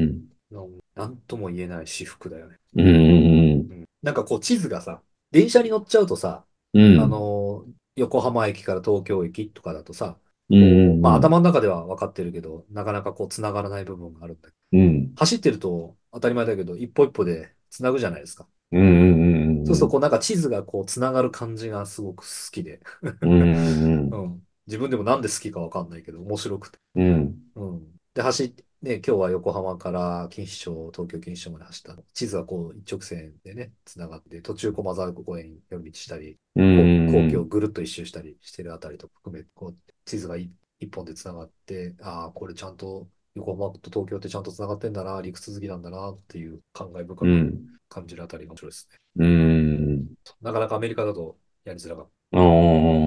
[SPEAKER 1] ん
[SPEAKER 2] のも、なんとも言えない私服だよね。
[SPEAKER 1] うん。うんうん
[SPEAKER 2] うんなんかこう地図がさ、電車に乗っちゃうとさ、
[SPEAKER 1] うん。
[SPEAKER 2] あの、横浜駅から東京駅とかだとさ、
[SPEAKER 1] うんうんうん。
[SPEAKER 2] まあ頭の中では分かってるけど、なかなかこう繋がらない部分があるんだけど、
[SPEAKER 1] うん。
[SPEAKER 2] 走ってると当たり前だけど、一歩一歩で繋ぐじゃないですか。
[SPEAKER 1] うんうんうんうん。
[SPEAKER 2] そうするとこうなんか地図がこう繋がる感じがすごく好きで、
[SPEAKER 1] うんうん
[SPEAKER 2] うん。自分でもなんで好きか分かんないけど、面白くて。
[SPEAKER 1] うん。うん。
[SPEAKER 2] うん。で、走って、ね、今日は横浜から錦糸町、東京錦糸町まで走った。地図がこう一直線でね、繋がって、途中駒沢公園に寄り道したり、
[SPEAKER 1] う
[SPEAKER 2] こうん
[SPEAKER 1] うんう
[SPEAKER 2] 皇
[SPEAKER 1] ん
[SPEAKER 2] 居をぐるっと一周したりしてるあたりとか含め、こう地図がい一本でつながって、ああ、これちゃんと横浜と東京ってちゃんとつながってんだな、陸続きなんだなっていう感慨深
[SPEAKER 1] う
[SPEAKER 2] く
[SPEAKER 1] ん。
[SPEAKER 2] 感じるあたりが面白いですね。
[SPEAKER 1] うん。
[SPEAKER 2] なかなかアメリカだとやりづらかった。
[SPEAKER 1] ああ。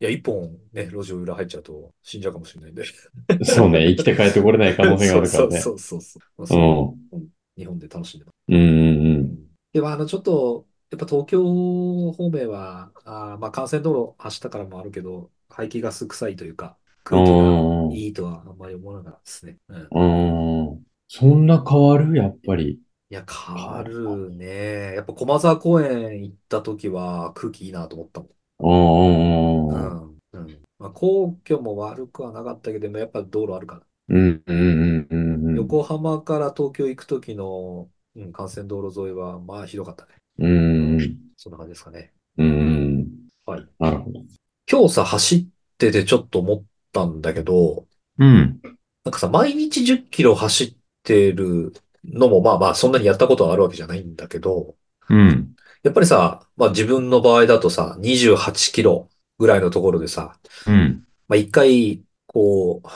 [SPEAKER 2] いや、一本ね、路地を裏入っちゃうと死んじゃうかもしれないんで。
[SPEAKER 1] そうね。生きて帰ってこれない可能性があるからね。
[SPEAKER 2] そうそうそうそう。まあ
[SPEAKER 1] う。
[SPEAKER 2] そうん日本で楽しんでます。
[SPEAKER 1] うんうんうん。
[SPEAKER 2] では、あの、ちょっと、やっぱ東京方面は、あーまあ、幹線道路走ったからもあるけど、排気ガス臭いというか、空気
[SPEAKER 1] うん
[SPEAKER 2] がいいとはあんまり思わなかったですね。うん。い
[SPEAKER 1] うん。そんな変わるやっぱり。
[SPEAKER 2] や、変わるね。やっぱ駒沢公園行った時は空気いいなと思ったもん。
[SPEAKER 1] うんうんうん。
[SPEAKER 2] うん。うん。まあ、皇居も悪くはなかったけど、でもやっぱ道路あるから。
[SPEAKER 1] うんうんうんうん。
[SPEAKER 2] 横浜から東京行く時の、うん、幹線道路沿いは、まあ、ひどかったね。
[SPEAKER 1] うんうん
[SPEAKER 2] そんな感じですかね。
[SPEAKER 1] うん。
[SPEAKER 2] はい。
[SPEAKER 1] なるほど。
[SPEAKER 2] 今日さ、走っててちょっと思ったんだけど、
[SPEAKER 1] うん。
[SPEAKER 2] なんかさ、毎日10キロ走ってるのも、まあまあ、そんなにやったことはあるわけじゃないんだけど、
[SPEAKER 1] うん。
[SPEAKER 2] やっぱりさ、まあ自分の場合だとさ、28キロぐらいのところでさ、
[SPEAKER 1] うん。
[SPEAKER 2] まあ一回、こう、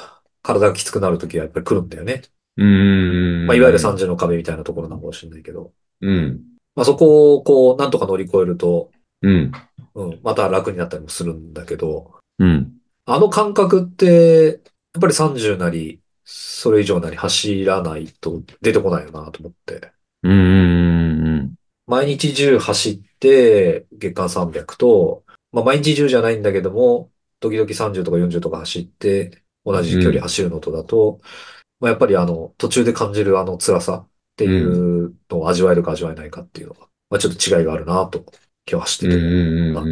[SPEAKER 2] 体がきつくなるときはやっぱり来るんだよね。
[SPEAKER 1] うん。
[SPEAKER 2] まあいわゆる30の壁みたいなところなのかもしれないけど、
[SPEAKER 1] うん。
[SPEAKER 2] まあそこをこう、なんとか乗り越えると、
[SPEAKER 1] うん。
[SPEAKER 2] うん、また楽になったりもするんだけど、
[SPEAKER 1] うん。
[SPEAKER 2] あの感覚って、やっぱり30なり、それ以上なり走らないと出てこないよなと思って。
[SPEAKER 1] うんうん。
[SPEAKER 2] 毎日10走って、月間300と、まあ、毎日10じゃないんだけども、時々30とか40とか走って、同じ距離走るのとだと、まあ、やっぱりあの、途中で感じるあの辛さっていうのを味わえるか味わえないかっていうのが、まあ、ちょっと違いがあるなと、今日走
[SPEAKER 1] うん
[SPEAKER 2] っ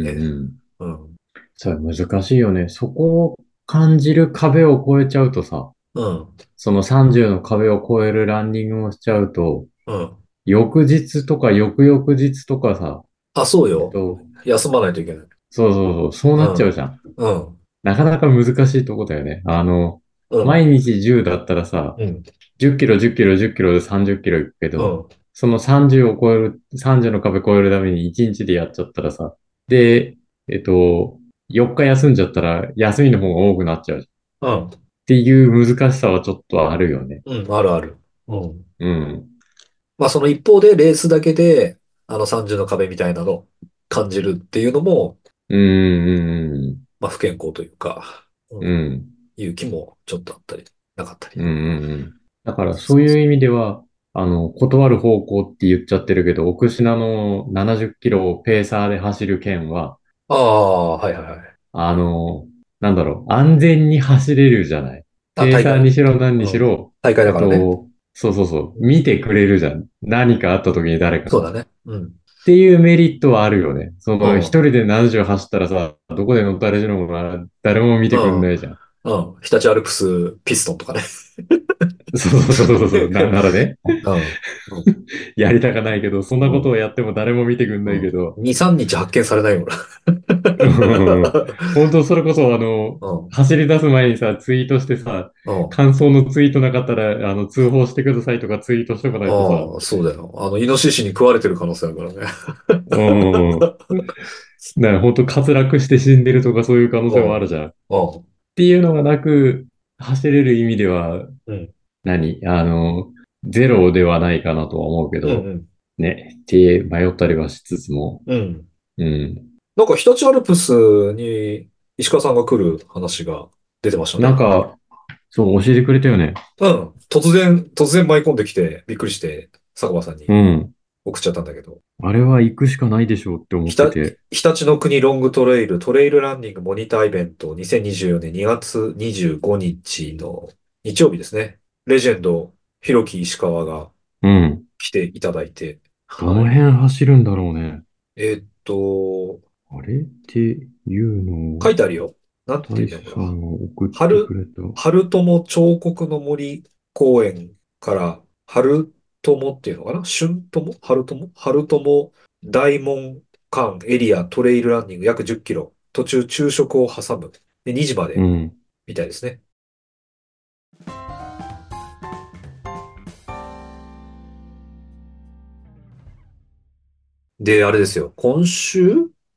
[SPEAKER 2] てて。
[SPEAKER 1] うんうん。
[SPEAKER 2] うん。
[SPEAKER 1] そう、難しいよね。そこを感じる壁を越えちゃうとさ、
[SPEAKER 2] うん。
[SPEAKER 1] その30の壁を越えるランニングをしちゃうと、
[SPEAKER 2] うん。
[SPEAKER 1] 翌日とか翌々日とかさ、
[SPEAKER 2] あ、そう
[SPEAKER 1] えっ
[SPEAKER 2] よ。
[SPEAKER 1] と、
[SPEAKER 2] 休まないといけない。
[SPEAKER 1] そうそうそう、そうなっちゃうじゃん。
[SPEAKER 2] うん。
[SPEAKER 1] なかなか難しいとこだよね。あの、
[SPEAKER 2] うん。
[SPEAKER 1] 毎日10だったらさ、
[SPEAKER 2] うん。
[SPEAKER 1] 10キロ、10キロ、10キロで30キロ行くけ
[SPEAKER 2] う
[SPEAKER 1] ど、
[SPEAKER 2] ん。
[SPEAKER 1] その30を超える、30の壁超えるために1日でやっちゃったらさ、で、えっと、4日休んじゃったら休みの方が多くなっちゃうじゃん。っ
[SPEAKER 2] うん。
[SPEAKER 1] ていう難しさはちょっとあるよね。
[SPEAKER 2] うん。あるある。うん。
[SPEAKER 1] うん。
[SPEAKER 2] まあその一方でレースだけで、あの30の壁みたいなの感じるっていうのも、
[SPEAKER 1] うん、うん、
[SPEAKER 2] まあ不健康というか、う、
[SPEAKER 1] うん、うんん。
[SPEAKER 2] いう気もちょっとあったり、なかったり。
[SPEAKER 1] うんうんうん。だからそういう意味では、あの、断る方向って言っちゃってるけど、奥品の70キロをペーサーで走る件は、
[SPEAKER 2] ああ、はいはいはい。
[SPEAKER 1] あの、なんだろう、安全に走れるじゃない。
[SPEAKER 2] あ、
[SPEAKER 1] ペー
[SPEAKER 2] 大
[SPEAKER 1] サー
[SPEAKER 2] 会、
[SPEAKER 1] にしろ何にしろ、
[SPEAKER 2] 大会だからね。
[SPEAKER 1] と、そうそうそう、見てくれるじゃん。何かあった時に誰か。
[SPEAKER 2] そうだね。うん。
[SPEAKER 1] っていうメリットはあるよね。そ
[SPEAKER 2] うん
[SPEAKER 1] の、一人で70走ったらさ、どこで乗ったらしいのもな誰も見てくんないじゃん。
[SPEAKER 2] うん。日立アルプスピストンとかね。
[SPEAKER 1] そうそうそう そう、なんならね。
[SPEAKER 2] う
[SPEAKER 1] やりたかないけど、そんなことをやっても誰も見てくんないけど、
[SPEAKER 2] ん。2、3日発見されないよな。
[SPEAKER 1] 本当それこそあの、
[SPEAKER 2] うん。
[SPEAKER 1] 走り出す前にさ、ツイートしてさ、
[SPEAKER 2] うん。
[SPEAKER 1] 感想のツイートなかったら、あの、通報してくださいとかツイートしてこないと
[SPEAKER 2] ああ、そうだよ。あの、イノシシに食われてる可能性あるからね。
[SPEAKER 1] さ、うん。だから本当滑落して死んでるとかそういう可能性もあるじゃん。っ
[SPEAKER 2] う
[SPEAKER 1] ていうのがなく、走れる意味では
[SPEAKER 2] うん、
[SPEAKER 1] 何あの、ゼロではないかなとは思うけ
[SPEAKER 2] ん。う
[SPEAKER 1] ど、
[SPEAKER 2] ん
[SPEAKER 1] ね、って迷ったりはしつつも、
[SPEAKER 2] うん。
[SPEAKER 1] うん。
[SPEAKER 2] なんか日立アルプスに石川さんが来る話が出てましたね。
[SPEAKER 1] なん、か、そう、教えてくれたよね。
[SPEAKER 2] うん。突然、突然舞い込んできて、びっくりして、坂場さんに
[SPEAKER 1] うん。
[SPEAKER 2] 送っちゃったんだけど。
[SPEAKER 1] あれは行くしかないでしょうって思ってて。
[SPEAKER 2] 日立の国ロングトレイルトレイルランニングモニターイベント2024年2月25日の日曜日ですね。レジェンド、広木石川が
[SPEAKER 1] うん。
[SPEAKER 2] 来ていただいて。
[SPEAKER 1] どの
[SPEAKER 2] はい
[SPEAKER 1] 辺走るんだろうね。
[SPEAKER 2] えーっと、
[SPEAKER 1] あれっていうのを、
[SPEAKER 2] 書いてあるよ。なんて言うんだ
[SPEAKER 1] 大
[SPEAKER 2] ろ
[SPEAKER 1] 志
[SPEAKER 2] う
[SPEAKER 1] さ
[SPEAKER 2] な。
[SPEAKER 1] んが送ってくれた。
[SPEAKER 2] 春友彫刻の森公園から、春友っていうのかな春友春友春友大門間エリアトレイルランニング約10キロ。途中昼食を挟む。で、2時まで
[SPEAKER 1] う、ん。
[SPEAKER 2] みたいですね。で、あれですよ。今週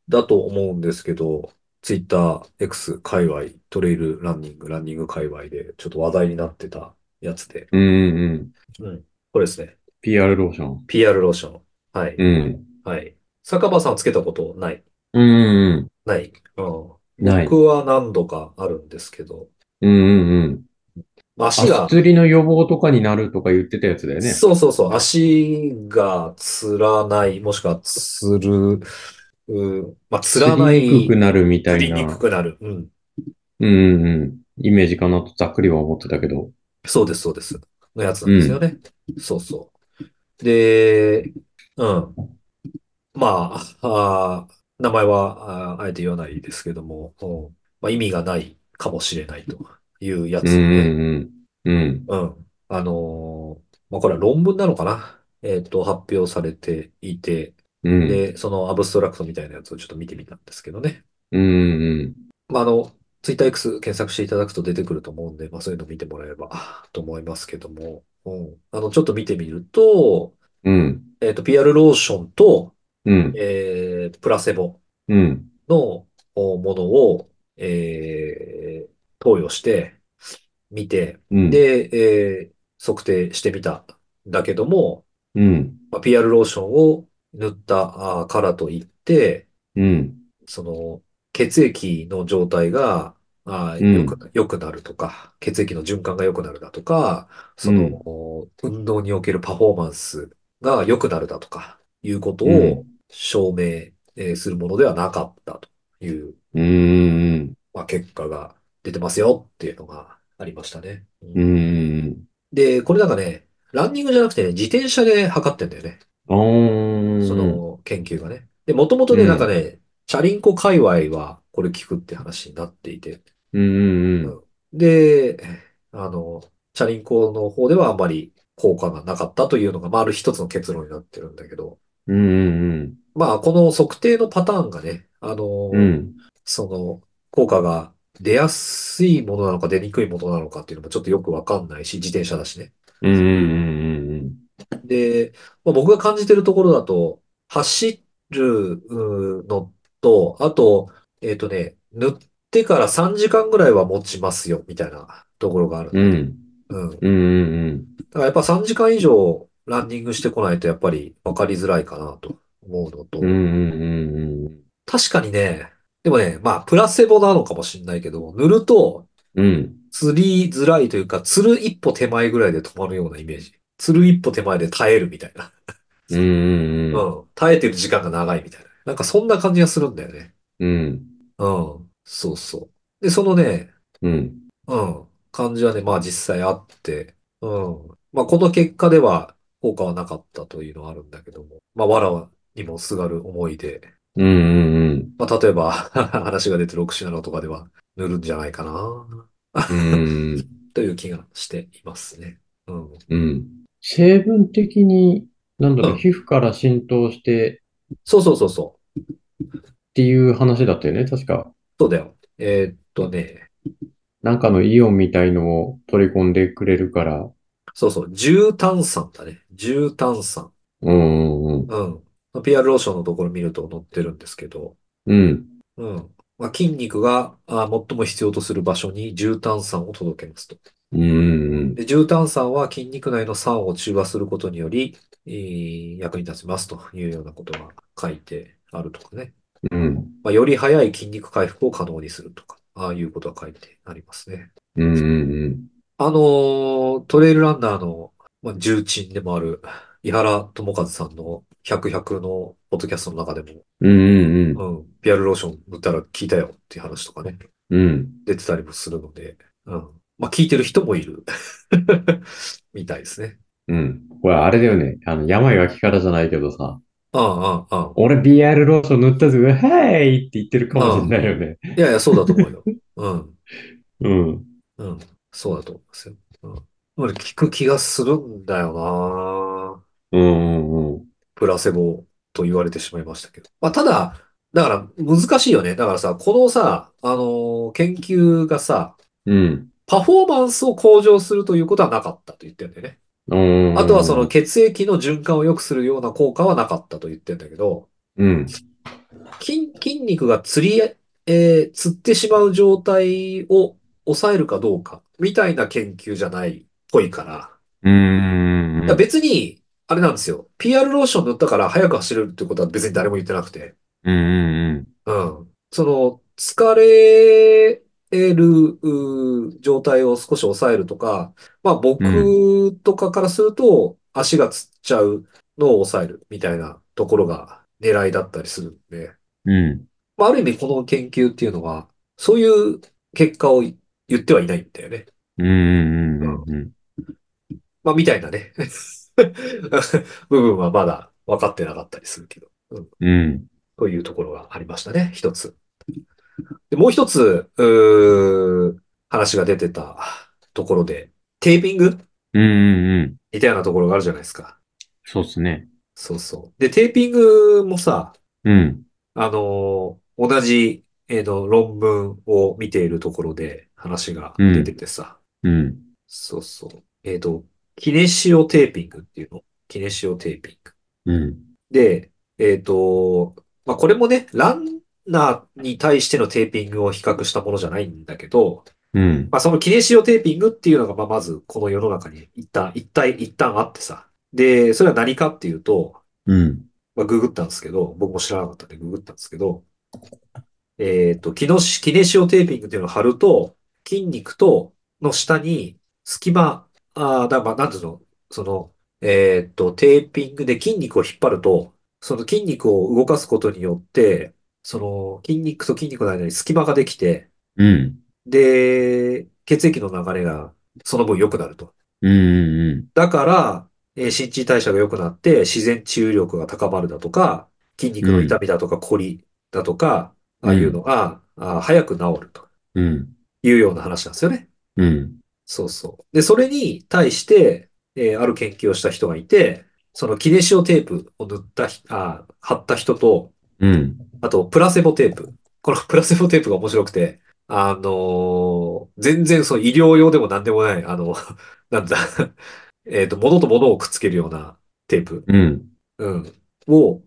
[SPEAKER 2] だと思うんですけど、ツイッター X 界隈、トレイルランニング、ランニング界隈でちょっと話題になってたやつで、
[SPEAKER 1] うんうんうん。
[SPEAKER 2] これですね。
[SPEAKER 1] PR ローション。
[SPEAKER 2] PR ローション。はい。
[SPEAKER 1] うん。
[SPEAKER 2] はい。坂場さんつけたことない。
[SPEAKER 1] うんうん
[SPEAKER 2] ない。うん。
[SPEAKER 1] うん。ない。
[SPEAKER 2] 僕は何度かあるんですけど、
[SPEAKER 1] うんうんうん。
[SPEAKER 2] まあ足が
[SPEAKER 1] 足つりの予防とかになるとか言ってたやつだよね。
[SPEAKER 2] そうそうそう。足がつらない、もしくはつる、うん、まあ、つらな
[SPEAKER 1] つりに
[SPEAKER 2] い
[SPEAKER 1] くく、なるみた
[SPEAKER 2] つ
[SPEAKER 1] い
[SPEAKER 2] りに
[SPEAKER 1] な
[SPEAKER 2] く。くなる。うん。
[SPEAKER 1] うんうんうん。イメージかなとざっくりは思ってたけど。
[SPEAKER 2] そうです、そうです。のやつなんですよね。そうそう。で、うん。まあ、あー名前はあーあえて言わないですけども、うんまあ、意味がないかもしれないというやつ
[SPEAKER 1] う
[SPEAKER 2] で、
[SPEAKER 1] んうんうん。うん。
[SPEAKER 2] うん。あのーまあ、これは論文なのかなえっと、発表されていて、
[SPEAKER 1] うん。
[SPEAKER 2] で、そのアブストラクトみたいなやつをちょっと見てみたんですけどね。
[SPEAKER 1] うんうん
[SPEAKER 2] まあ、あの、ツイッター X 検索していただくと出てくると思うんで、まあ、そういうの見てもらえればと思いますけども、うん。あの、ちょっと見てみると、
[SPEAKER 1] うん。うん。
[SPEAKER 2] えっと、PR ローションと、
[SPEAKER 1] うん。
[SPEAKER 2] えー、プラセボ
[SPEAKER 1] うん。
[SPEAKER 2] のおものを、えー、投与して、見て、
[SPEAKER 1] うん。
[SPEAKER 2] で、えー、測定してみた。だけども、
[SPEAKER 1] うん。
[SPEAKER 2] まあ、PR ローションを塗ったあーからといって、
[SPEAKER 1] うん。
[SPEAKER 2] その、血液の状態が、あー、
[SPEAKER 1] うん
[SPEAKER 2] よく、良くなるとか、血液の循環が良くなるだとか、その、
[SPEAKER 1] うん
[SPEAKER 2] お運動におけるパフォーマンスが良くなるだとか、いうこと
[SPEAKER 1] う
[SPEAKER 2] を証明えーするものではなかったという、
[SPEAKER 1] うんうん。
[SPEAKER 2] まあ、結果が出てますよっていうのがありましたね。うん
[SPEAKER 1] うんうん。
[SPEAKER 2] で、これなんかね、ランニングじゃなくてね、自転車で測ってんだよね。
[SPEAKER 1] あー
[SPEAKER 2] そ、の研究がね。で、もともとね、
[SPEAKER 1] うん
[SPEAKER 2] なんかね、チャリンコ界隈はこれ聞くって話になっていて。
[SPEAKER 1] うんうんうん。
[SPEAKER 2] で、あの、チャリンコの方ではあんまり効果がなかったというのが、まあ、ある一つの結論になってるんだけど、
[SPEAKER 1] うんうん
[SPEAKER 2] まあ、この測定のパターンがね、あの
[SPEAKER 1] うん。、うん。
[SPEAKER 2] その、効果が出やすいものなのか出にくいものなのかっていうのもちょっとよくわかんないし、自転車だしね。
[SPEAKER 1] うんうんうんうん。
[SPEAKER 2] で、まあ、僕が感じてるところだと、走るうーのと、あと、えっとね、塗ってから3時間ぐらいは持ちますよ、みたいなところがある。
[SPEAKER 1] うん。
[SPEAKER 2] うん。だ
[SPEAKER 1] うんうん
[SPEAKER 2] からやっぱ3時間以上ランニングしてこないと、やっぱり分かりづらいかなと思うのと
[SPEAKER 1] うん。うん。うんうん
[SPEAKER 2] 確かにね、でもね、まあ、プラセボなのかもしれないけど、塗ると、
[SPEAKER 1] うん。うん。
[SPEAKER 2] 釣りづらいというか、釣る一歩手前ぐらいで止まるようなイメージ。釣る一歩手前で耐えるみたいな。
[SPEAKER 1] うんうんうん。
[SPEAKER 2] うん。耐えてる時間が長いみたいな。なんかそんな感じがするんだよね。
[SPEAKER 1] うん。
[SPEAKER 2] うん。そうそう。で、そのね、
[SPEAKER 1] うん。
[SPEAKER 2] うん。感じはね、まあ実際あって、うん。まあこの結果では効果はなかったというのはあるんだけども、まあわらわにもすがる思いで、
[SPEAKER 1] うんうんうん。
[SPEAKER 2] まあ例えば 話が出てるオクシナロとかでは塗るんじゃないかな、
[SPEAKER 1] うん。
[SPEAKER 2] という気がしていますね。うん。
[SPEAKER 1] うん。成分的に、なんだろ
[SPEAKER 2] う
[SPEAKER 1] う、
[SPEAKER 2] ん
[SPEAKER 1] 皮膚から浸透して
[SPEAKER 2] そうそうそうそう。
[SPEAKER 1] っていう話だったよね、確か。
[SPEAKER 2] そうだよ。えーっとね、
[SPEAKER 1] なんかのイオンみたいのを取り込んでくれるから。
[SPEAKER 2] そうそう、重炭酸だね。重炭酸。
[SPEAKER 1] うんうん
[SPEAKER 2] うん。PR ローションのところ見ると載ってるんですけど、
[SPEAKER 1] うん。うん。
[SPEAKER 2] うん。まあ、筋肉があ最も必要とする場所に重炭酸を届けますと。
[SPEAKER 1] うん。
[SPEAKER 2] で、重炭酸は筋肉内の酸を中和することにより、えー役に立ちますというようなことが書いてあるとかね。
[SPEAKER 1] うん。
[SPEAKER 2] まあ、より早い筋肉回復を可能にするとか、ああいうことが書いてありますね。
[SPEAKER 1] うん。うん。
[SPEAKER 2] あのートレイルランナーの、まあ、重鎮でもある、井原智和さんの100、100のポッドキャストの中でも、
[SPEAKER 1] うん。うん。
[SPEAKER 2] うん、ビアルローション塗ったら効いたよっていう話とかね、
[SPEAKER 1] うん。
[SPEAKER 2] 出てたりもするので、うん。まあ、聞いてる人もいる みたいですね。
[SPEAKER 1] うん。これ、あれだよね。あの、病は気からじゃないけどさ、
[SPEAKER 2] ああ、ああ、ああ。
[SPEAKER 1] 俺 BR ローション塗ったぜ、うはいって言ってるかもしれないよね。
[SPEAKER 2] いやいや、そうだと 思うよ。うん。
[SPEAKER 1] うん。
[SPEAKER 2] うん。そうだと思いますよ。うん。俺、聞く気がするんだよな
[SPEAKER 1] うんうんうん。
[SPEAKER 2] プラセボと言われてしまいましたけど。まあ、ただ、だから難しいよね。だからさ、このさ、あのー研究がさ、
[SPEAKER 1] うん。
[SPEAKER 2] パフォーマンスを向上するということはなかったと言ってんだよね。
[SPEAKER 1] うん。
[SPEAKER 2] あとはその、血液の循環を良くするような効果はなかったと言ってんだけど、
[SPEAKER 1] うん。
[SPEAKER 2] 筋、筋肉がつり、えーつってしまう状態を抑えるかどうか、みたいな研究じゃないっぽいから。
[SPEAKER 1] うん。
[SPEAKER 2] だから別に、あれなんですよ。PR ローション塗ったから早く走れるってことは別に誰も言ってなくて。
[SPEAKER 1] うんうん
[SPEAKER 2] うん。その、疲れるうー状態を少し抑えるとか、まあ僕とかからすると足がつっちゃうのを抑えるみたいなところが狙いだったりするんで、
[SPEAKER 1] うん。うん。
[SPEAKER 2] まあある意味この研究っていうのは、そういう結果を言ってはいないんだよね。
[SPEAKER 1] うんうんうんうん。
[SPEAKER 2] まあみたいなね。 部分はまだ分かってなかったりするけど。
[SPEAKER 1] うん。
[SPEAKER 2] というところがありましたね、一つ。で、もう一つ、うー話が出てたところで、テーピング
[SPEAKER 1] うんうんうん。
[SPEAKER 2] みたいなところがあるじゃないですか。
[SPEAKER 1] そうっすね。
[SPEAKER 2] そうそう。で、テーピングもさ、
[SPEAKER 1] うん。
[SPEAKER 2] あのー同じ、えーの、論文を見ているところで話が出ててさ、
[SPEAKER 1] うん。
[SPEAKER 2] そうそう。えっと、キネシオテーピングっていうのキネシオテーピング。
[SPEAKER 1] うん。
[SPEAKER 2] で、えっと、まあ、これもね、ランナーに対してのテーピングを比較したものじゃないんだけど、
[SPEAKER 1] うん。
[SPEAKER 2] まあ、そのキネシオテーピングっていうのが、まあ、まずこの世の中に一旦、一体、一旦あってさ。で、それは何かっていうと、
[SPEAKER 1] うん。
[SPEAKER 2] まあ、ググったんですけど、僕も知らなかったんでググったんですけど、えっと、キノシ、キネシオテーピングっていうのを貼ると、筋肉と、の下に隙間、あーだ、まあ、なんていうの、その、えっと、テーピングで筋肉を引っ張ると、その筋肉を動かすことによって、その筋肉と筋肉の間に隙間ができて、
[SPEAKER 1] うん。
[SPEAKER 2] で、血液の流れがその分良くなると。
[SPEAKER 1] うん。
[SPEAKER 2] だから、えー新陳代謝が良くなって自然治癒力が高まるだとか、筋肉の痛みだとか凝りだとか、
[SPEAKER 1] うん
[SPEAKER 2] ああいうのが、あー早く治ると
[SPEAKER 1] うん。
[SPEAKER 2] いうような話なんですよね。
[SPEAKER 1] うん。
[SPEAKER 2] そうそう。で、それに対して、えーある研究をした人がいて、そのキネシオテープを塗ったひ、あー、貼った人と、
[SPEAKER 1] うん。
[SPEAKER 2] あと、プラセボテープ。このプラセボテープが面白くて、あのー全然その医療用でも何でもない、あの、 なんだ、えっと、物と物をくっつけるようなテープ、
[SPEAKER 1] うん。
[SPEAKER 2] うん、を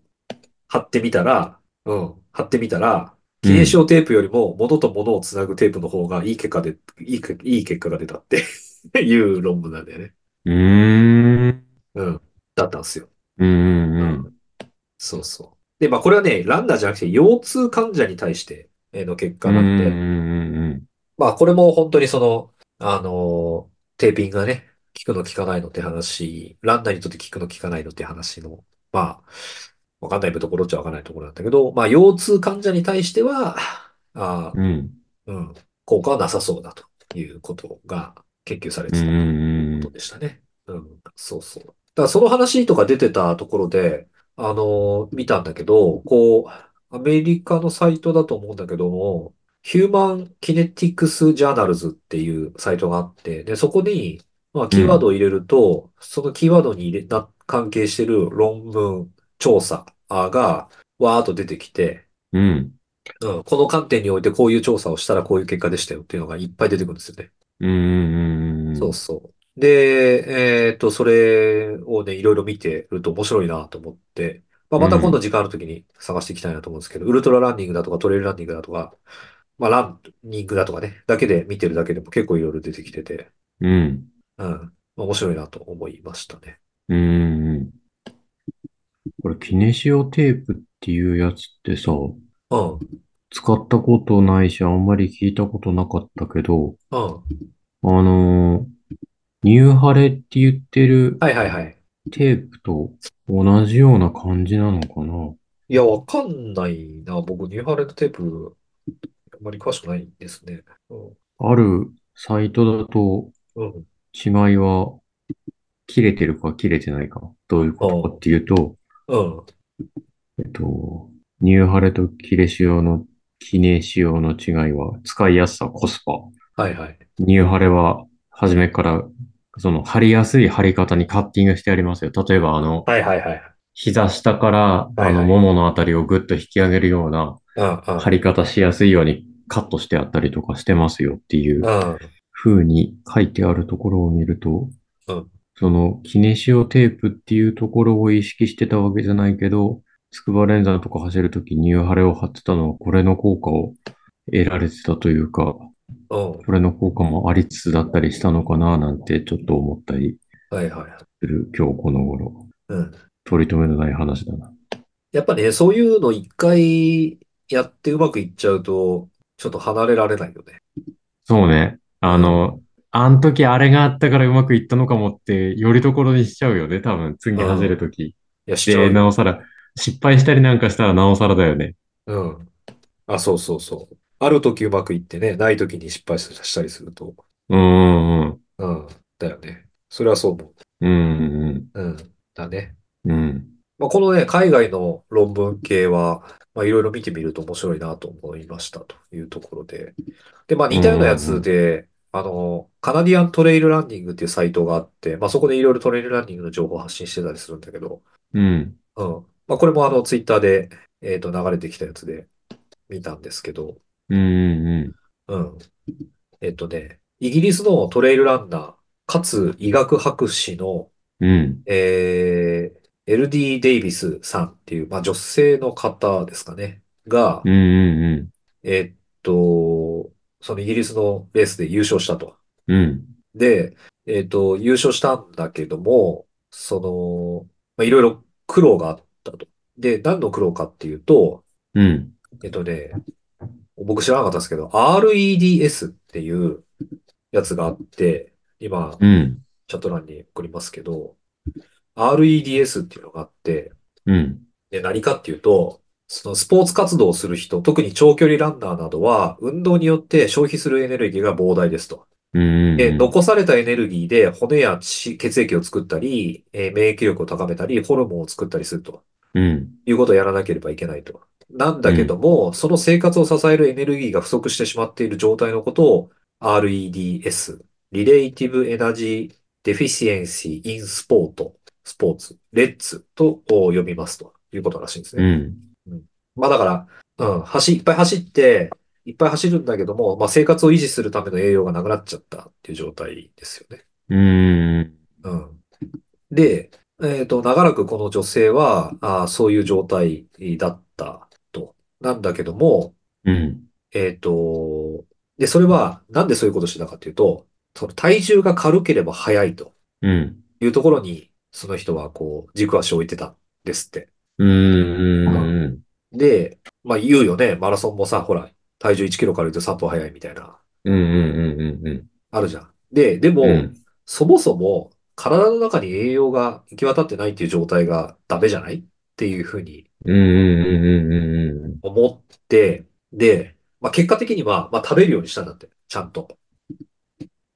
[SPEAKER 2] 貼ってみたら、うん、貼ってみたら、記念賞テープよりも物と物をつなぐテープの方がいい結果で、いいけ、いい結果が出たって いう論文なんだよね。
[SPEAKER 1] うん。
[SPEAKER 2] うん、だったんですよ。
[SPEAKER 1] うん。うん。
[SPEAKER 2] そうそう。で、まあこれはね、ランナーじゃなくて腰痛患者に対してえーの結果
[SPEAKER 1] う
[SPEAKER 2] なんで、
[SPEAKER 1] ん。
[SPEAKER 2] まあ、これも本当にその、あのーテーピングがね、効くの効かないのって話、ランナーにとって効くの効かないのって話の、まあ、わかんないところっちゃわかんないところなんだけど、まあ、腰痛患者に対しては、あー、
[SPEAKER 1] うん。
[SPEAKER 2] うん、効果はなさそうだということが研究されて
[SPEAKER 1] う
[SPEAKER 2] たとい
[SPEAKER 1] ん
[SPEAKER 2] うことでしたね。うん、そうそう。だからその話とか出てたところで、あのー見たんだけど、こう、アメリカのサイトだと思うんだけども、ヒューマン・キネティクス・ジャーナルズっていうサイトがあって、で、そこに、まあ、キーワードを入れると、そのキーワードに入れた、関係してる論文、調査あが、わーっと出てきて、
[SPEAKER 1] うん。
[SPEAKER 2] うん、この観点においてこういう調査をしたらこういう結果でしたよっていうのがいっぱい出てくるんですよね。
[SPEAKER 1] うん。
[SPEAKER 2] そうそう。で、えっと、それをね、いろいろ見てると面白いなと思って、まあ、また今度時間あるときに探していきたいなと思うんですけど、ウルトラランニングだとかトレイルランニングだとか、まあ、ランニングだとかね、だけで見てるだけでも結構いろいろ出てきてて、
[SPEAKER 1] うん。
[SPEAKER 2] うん。まあ面白いなと思いましたね。
[SPEAKER 1] うんうん。これ、キネシオテープっていうやつってさ、
[SPEAKER 2] うん。
[SPEAKER 1] 使ったことないし、あんまり聞いたことなかったけど、
[SPEAKER 2] うん。
[SPEAKER 1] あのーニューハレって言ってる
[SPEAKER 2] はいはいはい。
[SPEAKER 1] テープと同じような感じなのかない
[SPEAKER 2] や、わかんないな。僕、ニューハーレットテープ、あんまり詳しくないですね。うん。
[SPEAKER 1] あるサイトだと
[SPEAKER 2] うん。
[SPEAKER 1] 違いは、切れてるか切れてないか。どういうことかっていうと、
[SPEAKER 2] うん。
[SPEAKER 1] えっと、ニューハレとキレ仕様の、キネ仕様の違いは、使いやすさ、コスパ。
[SPEAKER 2] はいはい。
[SPEAKER 1] ニューハレは、初めから、その、貼りやすい貼り方にカッティングしてありますよ。例えば、あの、
[SPEAKER 2] はいはいはい。
[SPEAKER 1] 膝下から、
[SPEAKER 2] は
[SPEAKER 1] あ
[SPEAKER 2] いは
[SPEAKER 1] の、
[SPEAKER 2] い
[SPEAKER 1] もものあたりをぐっと引き上げるような、
[SPEAKER 2] うんうん。
[SPEAKER 1] 貼り方しやすいようにカットしてあったりとかしてますよっていう
[SPEAKER 2] うん。
[SPEAKER 1] 風に書いてあるところを見ると
[SPEAKER 2] うん、
[SPEAKER 1] その、キネシオテープっていうところを意識してたわけじゃないけど、筑波連山とか走るときニューハレを貼ってたのは、これの効果を得られてたというか、
[SPEAKER 2] うん。
[SPEAKER 1] これの効果もありつつだったりしたのかななんてちょっと思ったり
[SPEAKER 2] はいはい。
[SPEAKER 1] する今日この頃。
[SPEAKER 2] うん。
[SPEAKER 1] 取り留めのない話だな。
[SPEAKER 2] やっぱね、そういうの一回やってうまくいっちゃうと、ちょっと離れられないよね。
[SPEAKER 1] そうね。あの、あん時あれがあったからうまくいったのかもって、よりどころにしちゃうよね、多分。次
[SPEAKER 2] うん
[SPEAKER 1] 走るとき。
[SPEAKER 2] いや、しちゃ
[SPEAKER 1] で、
[SPEAKER 2] う
[SPEAKER 1] な
[SPEAKER 2] よ。
[SPEAKER 1] おさら、失敗したりなんかしたらなおさらだよね。
[SPEAKER 2] うん。あ、そうそうそう。ある時うまくいってね、ない時に失敗したりすると。
[SPEAKER 1] うんうん
[SPEAKER 2] うん。だよね。それはそう思
[SPEAKER 1] うん。うん
[SPEAKER 2] う。うん。だね。
[SPEAKER 1] うん。うん。
[SPEAKER 2] まあ、このね、海外の論文系は、まあ、いろいろ見てみると面白いなと思いましたというところで。で、まあ、似たようなやつで、あの、カナディアントレイルランニングっていうサイトがあって、まあ、そこでいろいろトレイルランニングの情報を発信してたりするんだけど、
[SPEAKER 1] うん。
[SPEAKER 2] うん。まあ、これもあの、ツイッターで、えっと、流れてきたやつで見たんですけど、
[SPEAKER 1] うんうん
[SPEAKER 2] うん。えっとね、イギリスのトレイルランナー、かつ医学博士の、
[SPEAKER 1] うん。うん。
[SPEAKER 2] えー、LD デイビスさんっていう、まあ、女性の方ですかね、が
[SPEAKER 1] うん、うん
[SPEAKER 2] えっと、そのイギリスのレースで優勝したと。
[SPEAKER 1] うん。うん。
[SPEAKER 2] で、えっと、優勝したんだけども、その、まあ、いろいろ苦労があったと。で、何の苦労かっていうと、
[SPEAKER 1] うん。
[SPEAKER 2] えっとね、僕知らなかったんですけど、REDS っていうやつがあって、今、
[SPEAKER 1] うん。
[SPEAKER 2] チャット欄に送りますけど、REDS っていうのがあって、
[SPEAKER 1] うん。
[SPEAKER 2] で、何かっていうと、そのスポーツ活動をする人、特に長距離ランナーなどは、運動によって消費するエネルギーが膨大ですと。
[SPEAKER 1] うん。
[SPEAKER 2] で、残されたエネルギーで骨や血、血液を作ったり、えー免疫力を高めたり、ホルモンを作ったりすると
[SPEAKER 1] うん。
[SPEAKER 2] いうことをやらなければいけないと。なんだけども、その生活を支えるエネルギーが不足してしまっている状態のことを REDS、Relative Energy Deficiency in Sport、スポーツ、レッツと呼びますということらしいんですね。
[SPEAKER 1] うん。
[SPEAKER 2] まあだから、うん、走、いっぱい走って、いっぱい走るんだけども、まあ生活を維持するための栄養がなくなっちゃったっていう状態ですよね。
[SPEAKER 1] うん。
[SPEAKER 2] うん。で、えっと、長らくこの女性は、あーそういう状態だったと。なんだけども、
[SPEAKER 1] うん。
[SPEAKER 2] えっと、で、それは、なんでそういうことをしてたかっていうと、その体重が軽ければ速いと
[SPEAKER 1] うん。
[SPEAKER 2] いうところに、その人はこう、軸足を置いてたんですって。
[SPEAKER 1] うん。
[SPEAKER 2] で、まあ言うよね、マラソンもさ、ほら、体重1キロ軽いと3分速いみたいな、
[SPEAKER 1] うん。うん。うん。
[SPEAKER 2] あるじゃん。で、でも、
[SPEAKER 1] うん
[SPEAKER 2] そもそも体の中に栄養が行き渡ってないっていう状態がダメじゃないっていうふうに
[SPEAKER 1] うんうんうんうん
[SPEAKER 2] 思って、で、まあ結果的には、まあ食べるようにしたんだって、ちゃんと。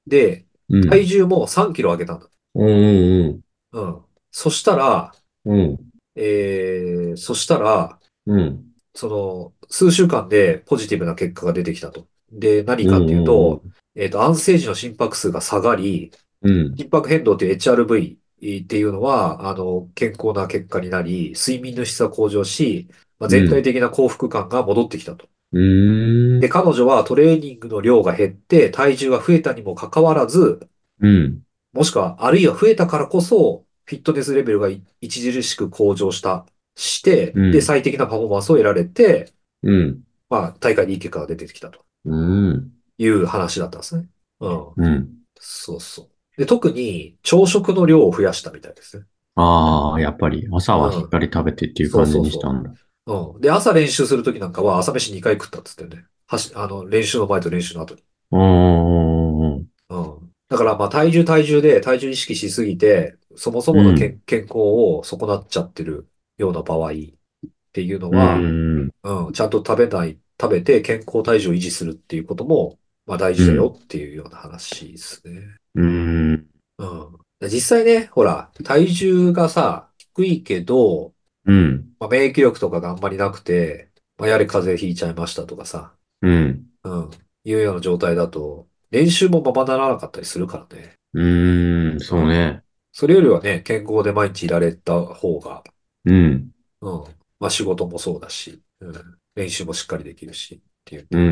[SPEAKER 2] で、
[SPEAKER 1] うん。うん。
[SPEAKER 2] 体重も3キロ上げたんだ。
[SPEAKER 1] うん
[SPEAKER 2] うん。そしたら、
[SPEAKER 1] うんうん。
[SPEAKER 2] えー、そしたら、
[SPEAKER 1] うん。
[SPEAKER 2] その、数週間でポジティブな結果が出てきたと。で、何かっていうと、えっと、安静時の心拍数が下がり、
[SPEAKER 1] うん。
[SPEAKER 2] 心拍変動っていう HRV っていうのは、あの、健康な結果になり、睡眠の質が向上し、まあ、全体的な幸福感が戻ってきたと。
[SPEAKER 1] うん。
[SPEAKER 2] で、彼女はトレーニングの量が減って、体重が増えたにもかかわらず、
[SPEAKER 1] うん。
[SPEAKER 2] もしくは、あるいは増えたからこそ、フィットネスレベルがい著しく向上した、して、
[SPEAKER 1] うん
[SPEAKER 2] で、最適なパフォーマンスを得られて、
[SPEAKER 1] うん。
[SPEAKER 2] まあ、大会にいい結果が出てきたと。
[SPEAKER 1] うん。
[SPEAKER 2] いう話だったんですね。うん。
[SPEAKER 1] うん。
[SPEAKER 2] そうそう。で、特に朝食の量を増やしたみたいですね。
[SPEAKER 1] ああ、やっぱり朝はしっかり食べてっていう感じにしたんだ。
[SPEAKER 2] うん。で、朝練習するときなんかは朝飯2回食ったっつってね。はし、あの、練習の前と練習の後に。
[SPEAKER 1] うーん。
[SPEAKER 2] うん。だから、まあ、体重体重で、体重意識しすぎて、そもそものけん健康を損なっちゃってるような場合っていうの
[SPEAKER 1] う
[SPEAKER 2] は、
[SPEAKER 1] ん。
[SPEAKER 2] うん、ちゃんと食べない、食べて健康体重を維持するっていうことも、まあ、大事だよっていうような話ですね。
[SPEAKER 1] うん。
[SPEAKER 2] うん。実際ね、ほら、体重がさ、低いけど、
[SPEAKER 1] うん。
[SPEAKER 2] まあ、免疫力とかがあんまりなくて、まあ、やはり風邪ひいちゃいましたとかさ、
[SPEAKER 1] うん。
[SPEAKER 2] うん、いうような状態だと、練習もままならなかったりするからね。
[SPEAKER 1] うん。そうね。
[SPEAKER 2] それよりはね、健康で毎日いられた方が、
[SPEAKER 1] うん。
[SPEAKER 2] うん、まあ仕事もそうだし、うん、練習もしっかりできるしっていう。
[SPEAKER 1] うんう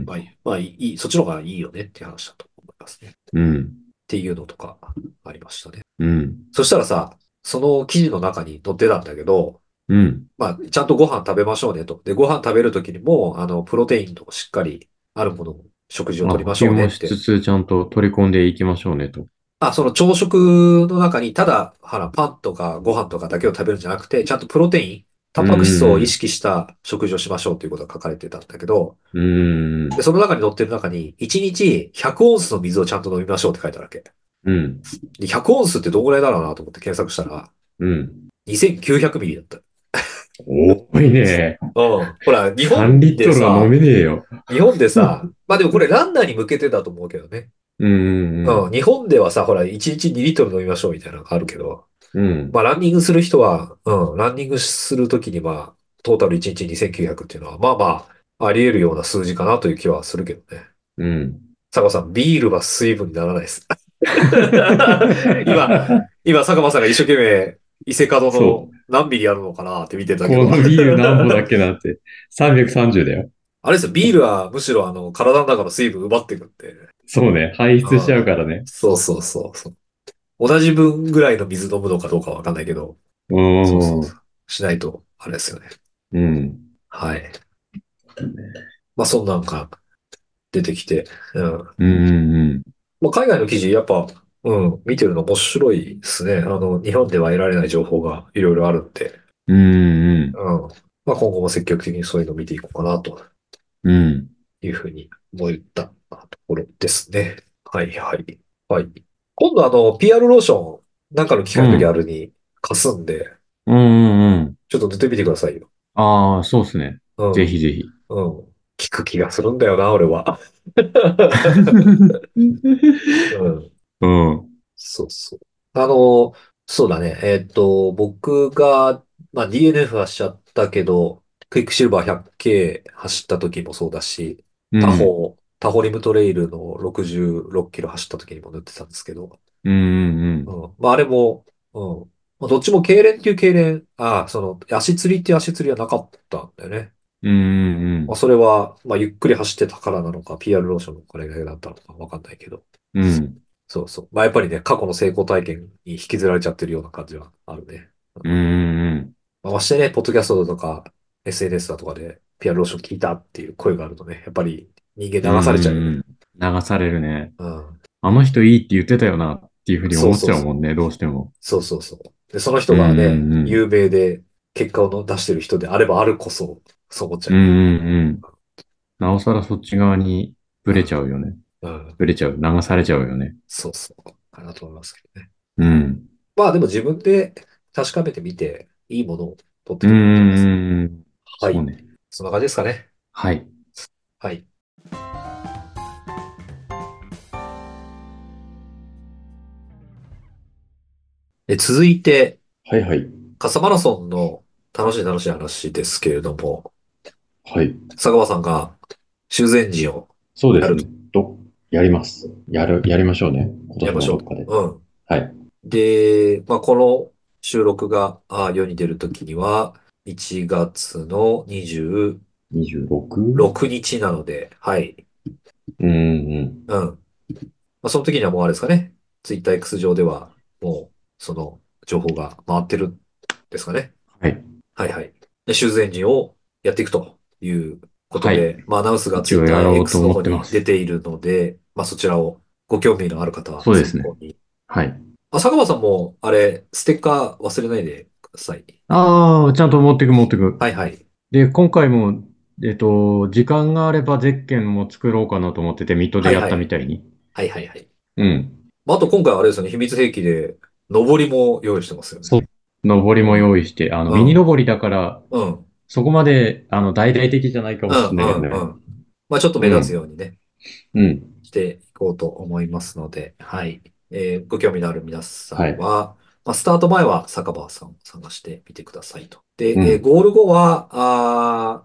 [SPEAKER 1] ん
[SPEAKER 2] まあいい、まあいい、そっちの方がいいよねっていう話だと思いますね。っ
[SPEAKER 1] うん。うん。
[SPEAKER 2] ていうのとかありましたね。
[SPEAKER 1] うん。
[SPEAKER 2] そしたらさ、その記事の中に載ってたんだけど、
[SPEAKER 1] うん。
[SPEAKER 2] まあ、ちゃんとご飯食べましょうねと。で、ご飯食べるときにも、あの、プロテインとしっかりあるもの、食事を
[SPEAKER 1] まあ、
[SPEAKER 2] とりましょう
[SPEAKER 1] 補給
[SPEAKER 2] ね
[SPEAKER 1] も
[SPEAKER 2] っ。
[SPEAKER 1] してつつ、ちゃんと取り込んでいきましょうねと。
[SPEAKER 2] あ、その朝食の中に、ただ、ほら、パンとかご飯とかだけを食べるんじゃなくて、ちゃんとプロテイン、タンパク質を意識した食事をしましょうということが書かれてたんだけど、
[SPEAKER 1] うん。
[SPEAKER 2] で、その中に載ってる中に、1日100オンスの水をちゃんと飲みましょうって書いてあるわけ。
[SPEAKER 1] うん。
[SPEAKER 2] で、100オンスってどんぐらいだろうなと思って検索したら、
[SPEAKER 1] うん。
[SPEAKER 2] 2900ミリだった。
[SPEAKER 1] 多いね。
[SPEAKER 2] うん。ほら、日
[SPEAKER 1] 3
[SPEAKER 2] 本
[SPEAKER 1] リット
[SPEAKER 2] で
[SPEAKER 1] ルは
[SPEAKER 2] さ
[SPEAKER 1] 飲、めねえよ。
[SPEAKER 2] 日本 でさ、まあでもこれランナーに向けてだと思うけどね。
[SPEAKER 1] うん。
[SPEAKER 2] うん。日本ではさ、ほら、1日2リットル飲みましょうみたいなのがあるけど、
[SPEAKER 1] うん。
[SPEAKER 2] まあ、ランニングする人は、うん、ランニングするときに、まあ、トータル1日2900っていうのは、まあまあ、あり得るような数字かなという気はするけどね。
[SPEAKER 1] うん。
[SPEAKER 2] 坂間さん、ビールは水分にならな いです。今、今、坂間さんが一生懸命、伊勢門の
[SPEAKER 1] そ
[SPEAKER 2] 何ミリあるのかなって見てた
[SPEAKER 1] こ
[SPEAKER 2] けど、
[SPEAKER 1] のビール何本だっけなって。330だよ。
[SPEAKER 2] あれですよ、ビールはむしろあの、体の中の水分奪っていくって。
[SPEAKER 1] そうね。排出しちゃうからね。
[SPEAKER 2] そうそうそうそう。同じ分ぐらいの水飲むのかどうかわかんないけど、
[SPEAKER 1] うん。
[SPEAKER 2] そうそうそうしないと、あれですよね。
[SPEAKER 1] うん。
[SPEAKER 2] はい。まあそんなんが出てきて、うん。
[SPEAKER 1] うんうん
[SPEAKER 2] まあ、海外の記事、やっぱ、うん、見てるの面白いですね。あの、日本では得られない情報がいろいろあるんで、
[SPEAKER 1] うん。うん
[SPEAKER 2] うん。まあ今後も積極的にそういうのを見ていこうかなと
[SPEAKER 1] うん。うん。
[SPEAKER 2] いうふうに思ったところですね。はいはい。はい。今度あの、PR ローションなんかの機会の時あるに貸すんで、
[SPEAKER 1] うんうんうん。
[SPEAKER 2] ちょっと塗ってみてくださいよ。
[SPEAKER 1] ああ、そうですね。
[SPEAKER 2] うん。
[SPEAKER 1] ぜひぜ ひ。
[SPEAKER 2] うん。聞く気がするんだよな、俺は。 うん。
[SPEAKER 1] うん。
[SPEAKER 2] そうそう。あの、そうだね。えっと、僕が、まあ、DNF はしちゃったけど、クイックシルバー 100K 走った時もそうだし、
[SPEAKER 1] うん
[SPEAKER 2] 他方、他方リムトレイルの66キロ走った時にも塗ってたんですけど、
[SPEAKER 1] うんうん
[SPEAKER 2] うん。まあ、あれも、うん。まあ、どっちも痙攣っていう痙攣、ああ、その、足つりっていう足つりはなかったんだよね。
[SPEAKER 1] うん。うんうん
[SPEAKER 2] まあ、それは、まあ、ゆっくり走ってたからなのか、PR ローションのおかげだったのかわかんないけど、
[SPEAKER 1] うん。うん。
[SPEAKER 2] そうそう。まあ、やっぱりね、過去の成功体験に引きずられちゃってるような感じはあるね。
[SPEAKER 1] うんうん
[SPEAKER 2] まあ、ましてね、ポッドキャストだとか、SNS だとかで、ピアローション聞いたっていう声があるとね、やっぱり人
[SPEAKER 1] うん。
[SPEAKER 2] 間流されちゃうよ
[SPEAKER 1] ん
[SPEAKER 2] ね。
[SPEAKER 1] ん流されるね。
[SPEAKER 2] うん。
[SPEAKER 1] あの人いいって言ってたよなっていうふうに思っちゃうもんね、どうしても。
[SPEAKER 2] そうそうそう。で、その人がね、
[SPEAKER 1] うんうんうん
[SPEAKER 2] 有名で、結果をの出してる人であればあるこそ、そう思っち
[SPEAKER 1] う
[SPEAKER 2] ゃ
[SPEAKER 1] んう
[SPEAKER 2] う。
[SPEAKER 1] んうん。なおさらそっち側にブレちゃうよね。
[SPEAKER 2] うん。
[SPEAKER 1] ブレちゃう。流されちゃうよね。
[SPEAKER 2] そうそう。かなと思いますけどね。
[SPEAKER 1] うん。
[SPEAKER 2] まあ、でも自分で確かめてみて、いいものを取って
[SPEAKER 1] う
[SPEAKER 2] く
[SPEAKER 1] んう
[SPEAKER 2] ると思いま
[SPEAKER 1] ん
[SPEAKER 2] す。
[SPEAKER 1] うん。
[SPEAKER 2] はい
[SPEAKER 1] そうね。
[SPEAKER 2] そんな感じですかね。
[SPEAKER 1] はい。
[SPEAKER 2] はい。え、続いて、
[SPEAKER 1] はいはい。
[SPEAKER 2] 傘マラソンの楽しい楽しい話ですけれども、
[SPEAKER 1] はい。
[SPEAKER 2] 佐川さんが修善寺を、
[SPEAKER 1] そう
[SPEAKER 2] ですね。
[SPEAKER 1] どやります。やる、やりましょうね。
[SPEAKER 2] 年やりましょうのどっ
[SPEAKER 1] かで
[SPEAKER 2] うん。
[SPEAKER 1] はい。
[SPEAKER 2] で、まあ、この収録があ世に出るときには、1月の26
[SPEAKER 1] 26?
[SPEAKER 2] 日なので、はい。
[SPEAKER 1] うんうん。
[SPEAKER 2] うん。まあ、その時にはもうあれですかね。ツイッター X 上では、もう、その情報が回ってるんですかね。
[SPEAKER 1] はい。
[SPEAKER 2] はいはい。で、修善寺をやっていくということ
[SPEAKER 1] は
[SPEAKER 2] で、まあ、アナウンスがツイッタ
[SPEAKER 1] 一応や
[SPEAKER 2] ー
[SPEAKER 1] ろう
[SPEAKER 2] X
[SPEAKER 1] と
[SPEAKER 2] の
[SPEAKER 1] 思
[SPEAKER 2] 方
[SPEAKER 1] って
[SPEAKER 2] に
[SPEAKER 1] ます
[SPEAKER 2] 出ているので、まあ、そちらをご興味のある方は、
[SPEAKER 1] そうですね
[SPEAKER 2] 参考に。
[SPEAKER 1] はい。
[SPEAKER 2] あ、坂場さんも、あれ、ステッカー忘れないでください。
[SPEAKER 1] ああ、ちゃんと持ってく持ってく。
[SPEAKER 2] はいはい。
[SPEAKER 1] で、今回も、えっと、時間があればゼッケンも作ろうかなと思ってて、ミッドでやったみたいに。
[SPEAKER 2] はいはいはい。
[SPEAKER 1] うん。
[SPEAKER 2] まあ、あと今回あれですよね、秘密兵器で、登りも用意してますよね。
[SPEAKER 1] そう登りも用意して、あの、
[SPEAKER 2] うん
[SPEAKER 1] ミニ登りだから、
[SPEAKER 2] うん。
[SPEAKER 1] そこまで、あの、大々的じゃないかもしれないけど
[SPEAKER 2] うん、う
[SPEAKER 1] ね
[SPEAKER 2] ん、う。ん。まあ、ちょっと目立つようにね、
[SPEAKER 1] うん。
[SPEAKER 2] していこうと思いますので、はい。えーご興味のある皆さんは、まあ、スタート前は酒場さんを探してみてくださいと。で、えー
[SPEAKER 1] うん
[SPEAKER 2] ゴール後は、あ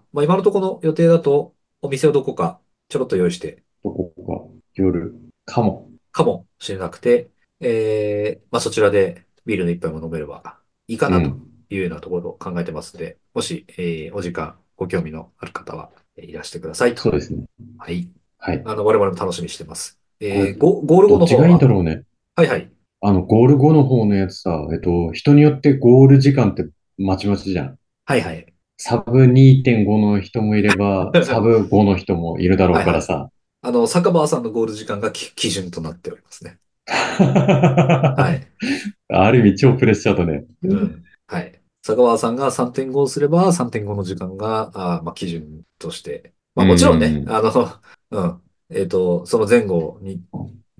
[SPEAKER 2] ーまあ、今のところの予定だと、お店をどこかちょろっと用意して、
[SPEAKER 1] どこか、夜、かも。
[SPEAKER 2] かもしれなくて、えーまあ、そちらでビールの一杯も飲めればいいかなというようなところを考えてますので、もし、えーお時間、ご興味のある方は、えーいらしてくださいと。
[SPEAKER 1] うですね。
[SPEAKER 2] はい。
[SPEAKER 1] はい。
[SPEAKER 2] あの、我々も楽しみにしてます。
[SPEAKER 1] は
[SPEAKER 2] えー
[SPEAKER 1] い
[SPEAKER 2] ゴ、ゴール後
[SPEAKER 1] ど
[SPEAKER 2] の
[SPEAKER 1] っち
[SPEAKER 2] 方
[SPEAKER 1] がいいん
[SPEAKER 2] は、
[SPEAKER 1] だろうね。
[SPEAKER 2] はいはい。
[SPEAKER 1] あの、ゴール後の方のやつさ、えっと、人によってゴール時間ってまちまちじゃん。
[SPEAKER 2] はいはい。
[SPEAKER 1] サブ2.5の人もいれ ば、サブ5の人もいるだろうからさ。
[SPEAKER 2] あの、坂場さんのゴール時間がき基準となっておりますね。は。
[SPEAKER 1] はいい。 ある意味超プレッシャーだね。
[SPEAKER 2] うん。はい。坂場さんが3.5をすれば、3.5の時間が、あーまあ、基準として。まあ、もちろん
[SPEAKER 1] うんう
[SPEAKER 2] ね
[SPEAKER 1] ん、うん
[SPEAKER 2] あの、 うん。えっと、その前後に、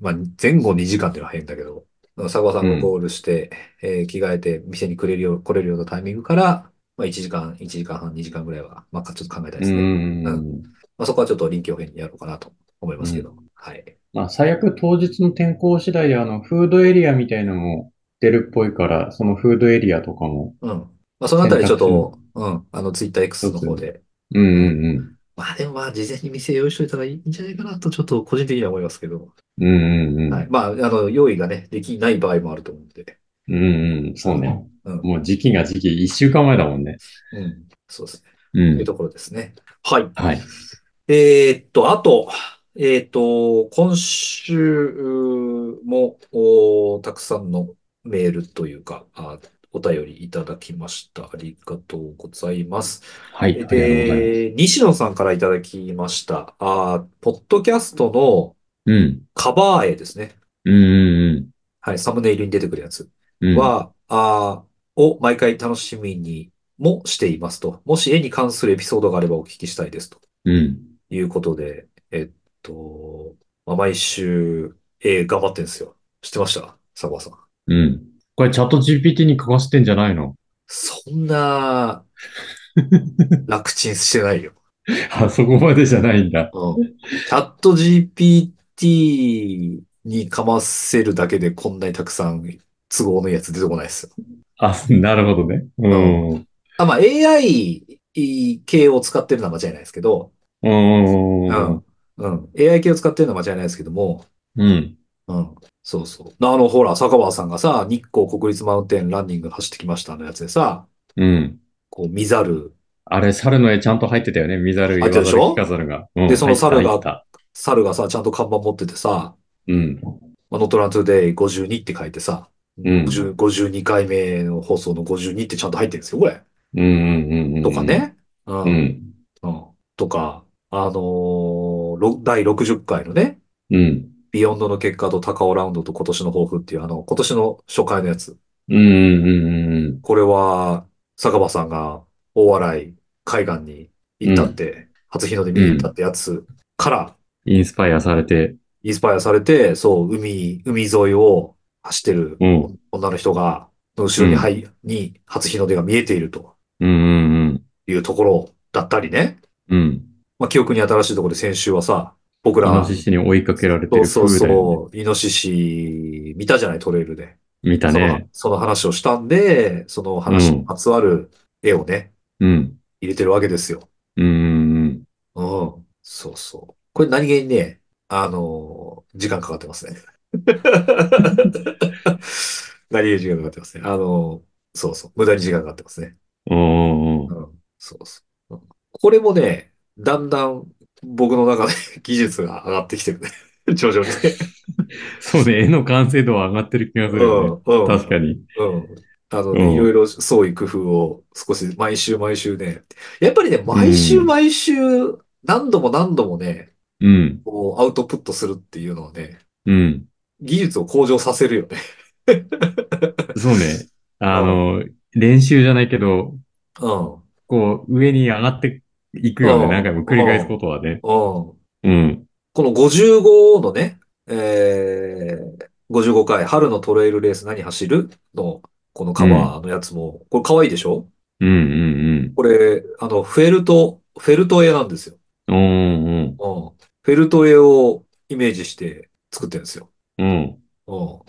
[SPEAKER 2] まあ、前後2時間っていうのは変だけど、うん坂場さんがゴールして、えー着替えて店に来れるよう、来れるようなタイミングから、まあ、1時間、1時間半、2時間ぐらいは、まあ、ちょっと考えたいですね。
[SPEAKER 1] う。
[SPEAKER 2] うんまあ、そこはちょっと臨機応変にやろうかなと思いますけど。はい。
[SPEAKER 1] まあ、最悪当日の天候次第で、あの、フードエリアみたいなのも出るっぽいから、そのフードエリアとかも。
[SPEAKER 2] うん。まあ、そのあたりちょっ
[SPEAKER 1] 選
[SPEAKER 2] と、うん、あの、ツイッター X の方で。
[SPEAKER 1] うんうんうん。
[SPEAKER 2] まあ、でもまあ、事前に店用意しといた方がいいんじゃないかなと、ちょっと個人的には思いますけど。
[SPEAKER 1] うんうんうん。
[SPEAKER 2] はい。まあ、あの、用意がね、できない場合もあると思うんで。
[SPEAKER 1] うんうん。そうね。
[SPEAKER 2] うん。
[SPEAKER 1] もう時期が時期、一週間前だもんね。
[SPEAKER 2] うん。そうです
[SPEAKER 1] う。
[SPEAKER 2] ね。というんところですね。はい。
[SPEAKER 1] はい。
[SPEAKER 2] えーっと、あと、えーっと、今週うーも、おーたくさんのメールというか、あ、お便りいただきました。ありがとうございます。
[SPEAKER 1] はい。ありがとうございます。
[SPEAKER 2] で、西野さんからいただきました。あー、ポッドキャストの
[SPEAKER 1] うん。
[SPEAKER 2] カバー絵ですね。
[SPEAKER 1] うんうん
[SPEAKER 2] はい、サムネイルに出てくるやつ
[SPEAKER 1] うん。うん。
[SPEAKER 2] は、あーを毎回楽しみにもしていますと。もし絵に関するエピソードがあればお聞きしたいですと
[SPEAKER 1] うん。
[SPEAKER 2] いうことで、えっと、まあ、毎週、絵頑張ってんですよ。知ってました佐川さん。
[SPEAKER 1] うん。これチャット GPT に書かせてんじゃないの
[SPEAKER 2] そんな、楽ちんしてないよ。
[SPEAKER 1] あそこまでじゃないんだ。
[SPEAKER 2] うんチャット GPT にかませるだけでこんなにたくさん都合のいいやつ出てこないですよ。
[SPEAKER 1] あ、 なるほどね。うん。うん
[SPEAKER 2] あ、まあ AI 系を使ってるのは間違いないですけど、
[SPEAKER 1] うんう
[SPEAKER 2] う
[SPEAKER 1] ん
[SPEAKER 2] ん。うん。AI 系を使ってるのは間違いないですけども、
[SPEAKER 1] うん。
[SPEAKER 2] うん。そうそう。あの、ほら、坂川さんがさ、日光国立マウンテンランニング走ってきましたのやつでさ、
[SPEAKER 1] うん。
[SPEAKER 2] こう見ざる
[SPEAKER 1] あれ、猿の絵ちゃんと入ってたよね。見ざる、言
[SPEAKER 2] 入
[SPEAKER 1] わ
[SPEAKER 2] って
[SPEAKER 1] ざる、
[SPEAKER 2] たでしょ
[SPEAKER 1] 聞かざるが。うん
[SPEAKER 2] でその猿が
[SPEAKER 1] 入った入った
[SPEAKER 2] 猿がさ、ちゃんと看板持っててさ、
[SPEAKER 1] うん。
[SPEAKER 2] まあ、ノットラントゥデイ52って書いてさ、
[SPEAKER 1] ん
[SPEAKER 2] 50 52回目の放送の52ってちゃんと入ってるんですよ、これ。
[SPEAKER 1] うんうんうんうん。
[SPEAKER 2] とか。ね。う。
[SPEAKER 1] うんん。
[SPEAKER 2] うんとか、あのーろ第60回のね、
[SPEAKER 1] うん。
[SPEAKER 2] ビヨンドの結果と高尾ラウンドと今年の抱負っていう、あの、今年の初回のやつ。
[SPEAKER 1] うんうんうんうん。
[SPEAKER 2] これは、坂場さんが大洗海岸に行ったって、初日の出見に行ったってやつから、
[SPEAKER 1] インスパイアされて。
[SPEAKER 2] インスパイアされて、そう、海、海沿いを走ってる
[SPEAKER 1] うん。
[SPEAKER 2] 女の人が、の後ろに、はい、に初日の出が見えていると
[SPEAKER 1] うんうんうん。
[SPEAKER 2] いうところだったりね。
[SPEAKER 1] うん。
[SPEAKER 2] まあ、記憶に新しいところで先週はさ、僕
[SPEAKER 1] イ
[SPEAKER 2] ら、
[SPEAKER 1] ノシシに追いかけられて
[SPEAKER 2] そう
[SPEAKER 1] る
[SPEAKER 2] そ
[SPEAKER 1] 風
[SPEAKER 2] う
[SPEAKER 1] だよね
[SPEAKER 2] そう、イノシシ見たじゃない、トレイルで。
[SPEAKER 1] 見たね。
[SPEAKER 2] その、その話をしたんで、その話にまつわる絵をね、
[SPEAKER 1] うん。
[SPEAKER 2] 入れてるわけですよ。
[SPEAKER 1] うんうん
[SPEAKER 2] うん。そうそう。これ何気にね、あのー時間かかってま すね。何気に時間かかってますね。あのーそうそう。無駄に時間かかってますね。
[SPEAKER 1] うん。おー。
[SPEAKER 2] うん。そうそう。うんこれもね、だんだん僕の中で技術が上がってきてるね。徐々にね。
[SPEAKER 1] そうね、絵の完成度は上がってる気がするよね。
[SPEAKER 2] うん、うん。
[SPEAKER 1] 確かに。
[SPEAKER 2] うん。あの
[SPEAKER 1] うん
[SPEAKER 2] ね、いろいろ創意工夫を少し毎週毎週ね。やっぱりね、毎週
[SPEAKER 1] うん
[SPEAKER 2] 毎週何度も何度もね、
[SPEAKER 1] うん。
[SPEAKER 2] こうアウトプットするっていうのはね、
[SPEAKER 1] うん。
[SPEAKER 2] 技術を向上させるよね。
[SPEAKER 1] そうね。あの、練習じゃないけど、
[SPEAKER 2] うん。
[SPEAKER 1] こう、上に上がっていくよ
[SPEAKER 2] う
[SPEAKER 1] ね。
[SPEAKER 2] ん
[SPEAKER 1] 何回も繰り返すことはね。
[SPEAKER 2] うん。
[SPEAKER 1] うん。
[SPEAKER 2] この55のね、えー、55回、春のトレイルレース何走るの、このカバーのやつも、これ可愛いでしょ
[SPEAKER 1] うんうん
[SPEAKER 2] これ、あの、フェルト、フェルト絵なんですよ。
[SPEAKER 1] うん。うん
[SPEAKER 2] うん。フェルト絵をイメージして作ってるんですよ。
[SPEAKER 1] うん。うん。
[SPEAKER 2] うん。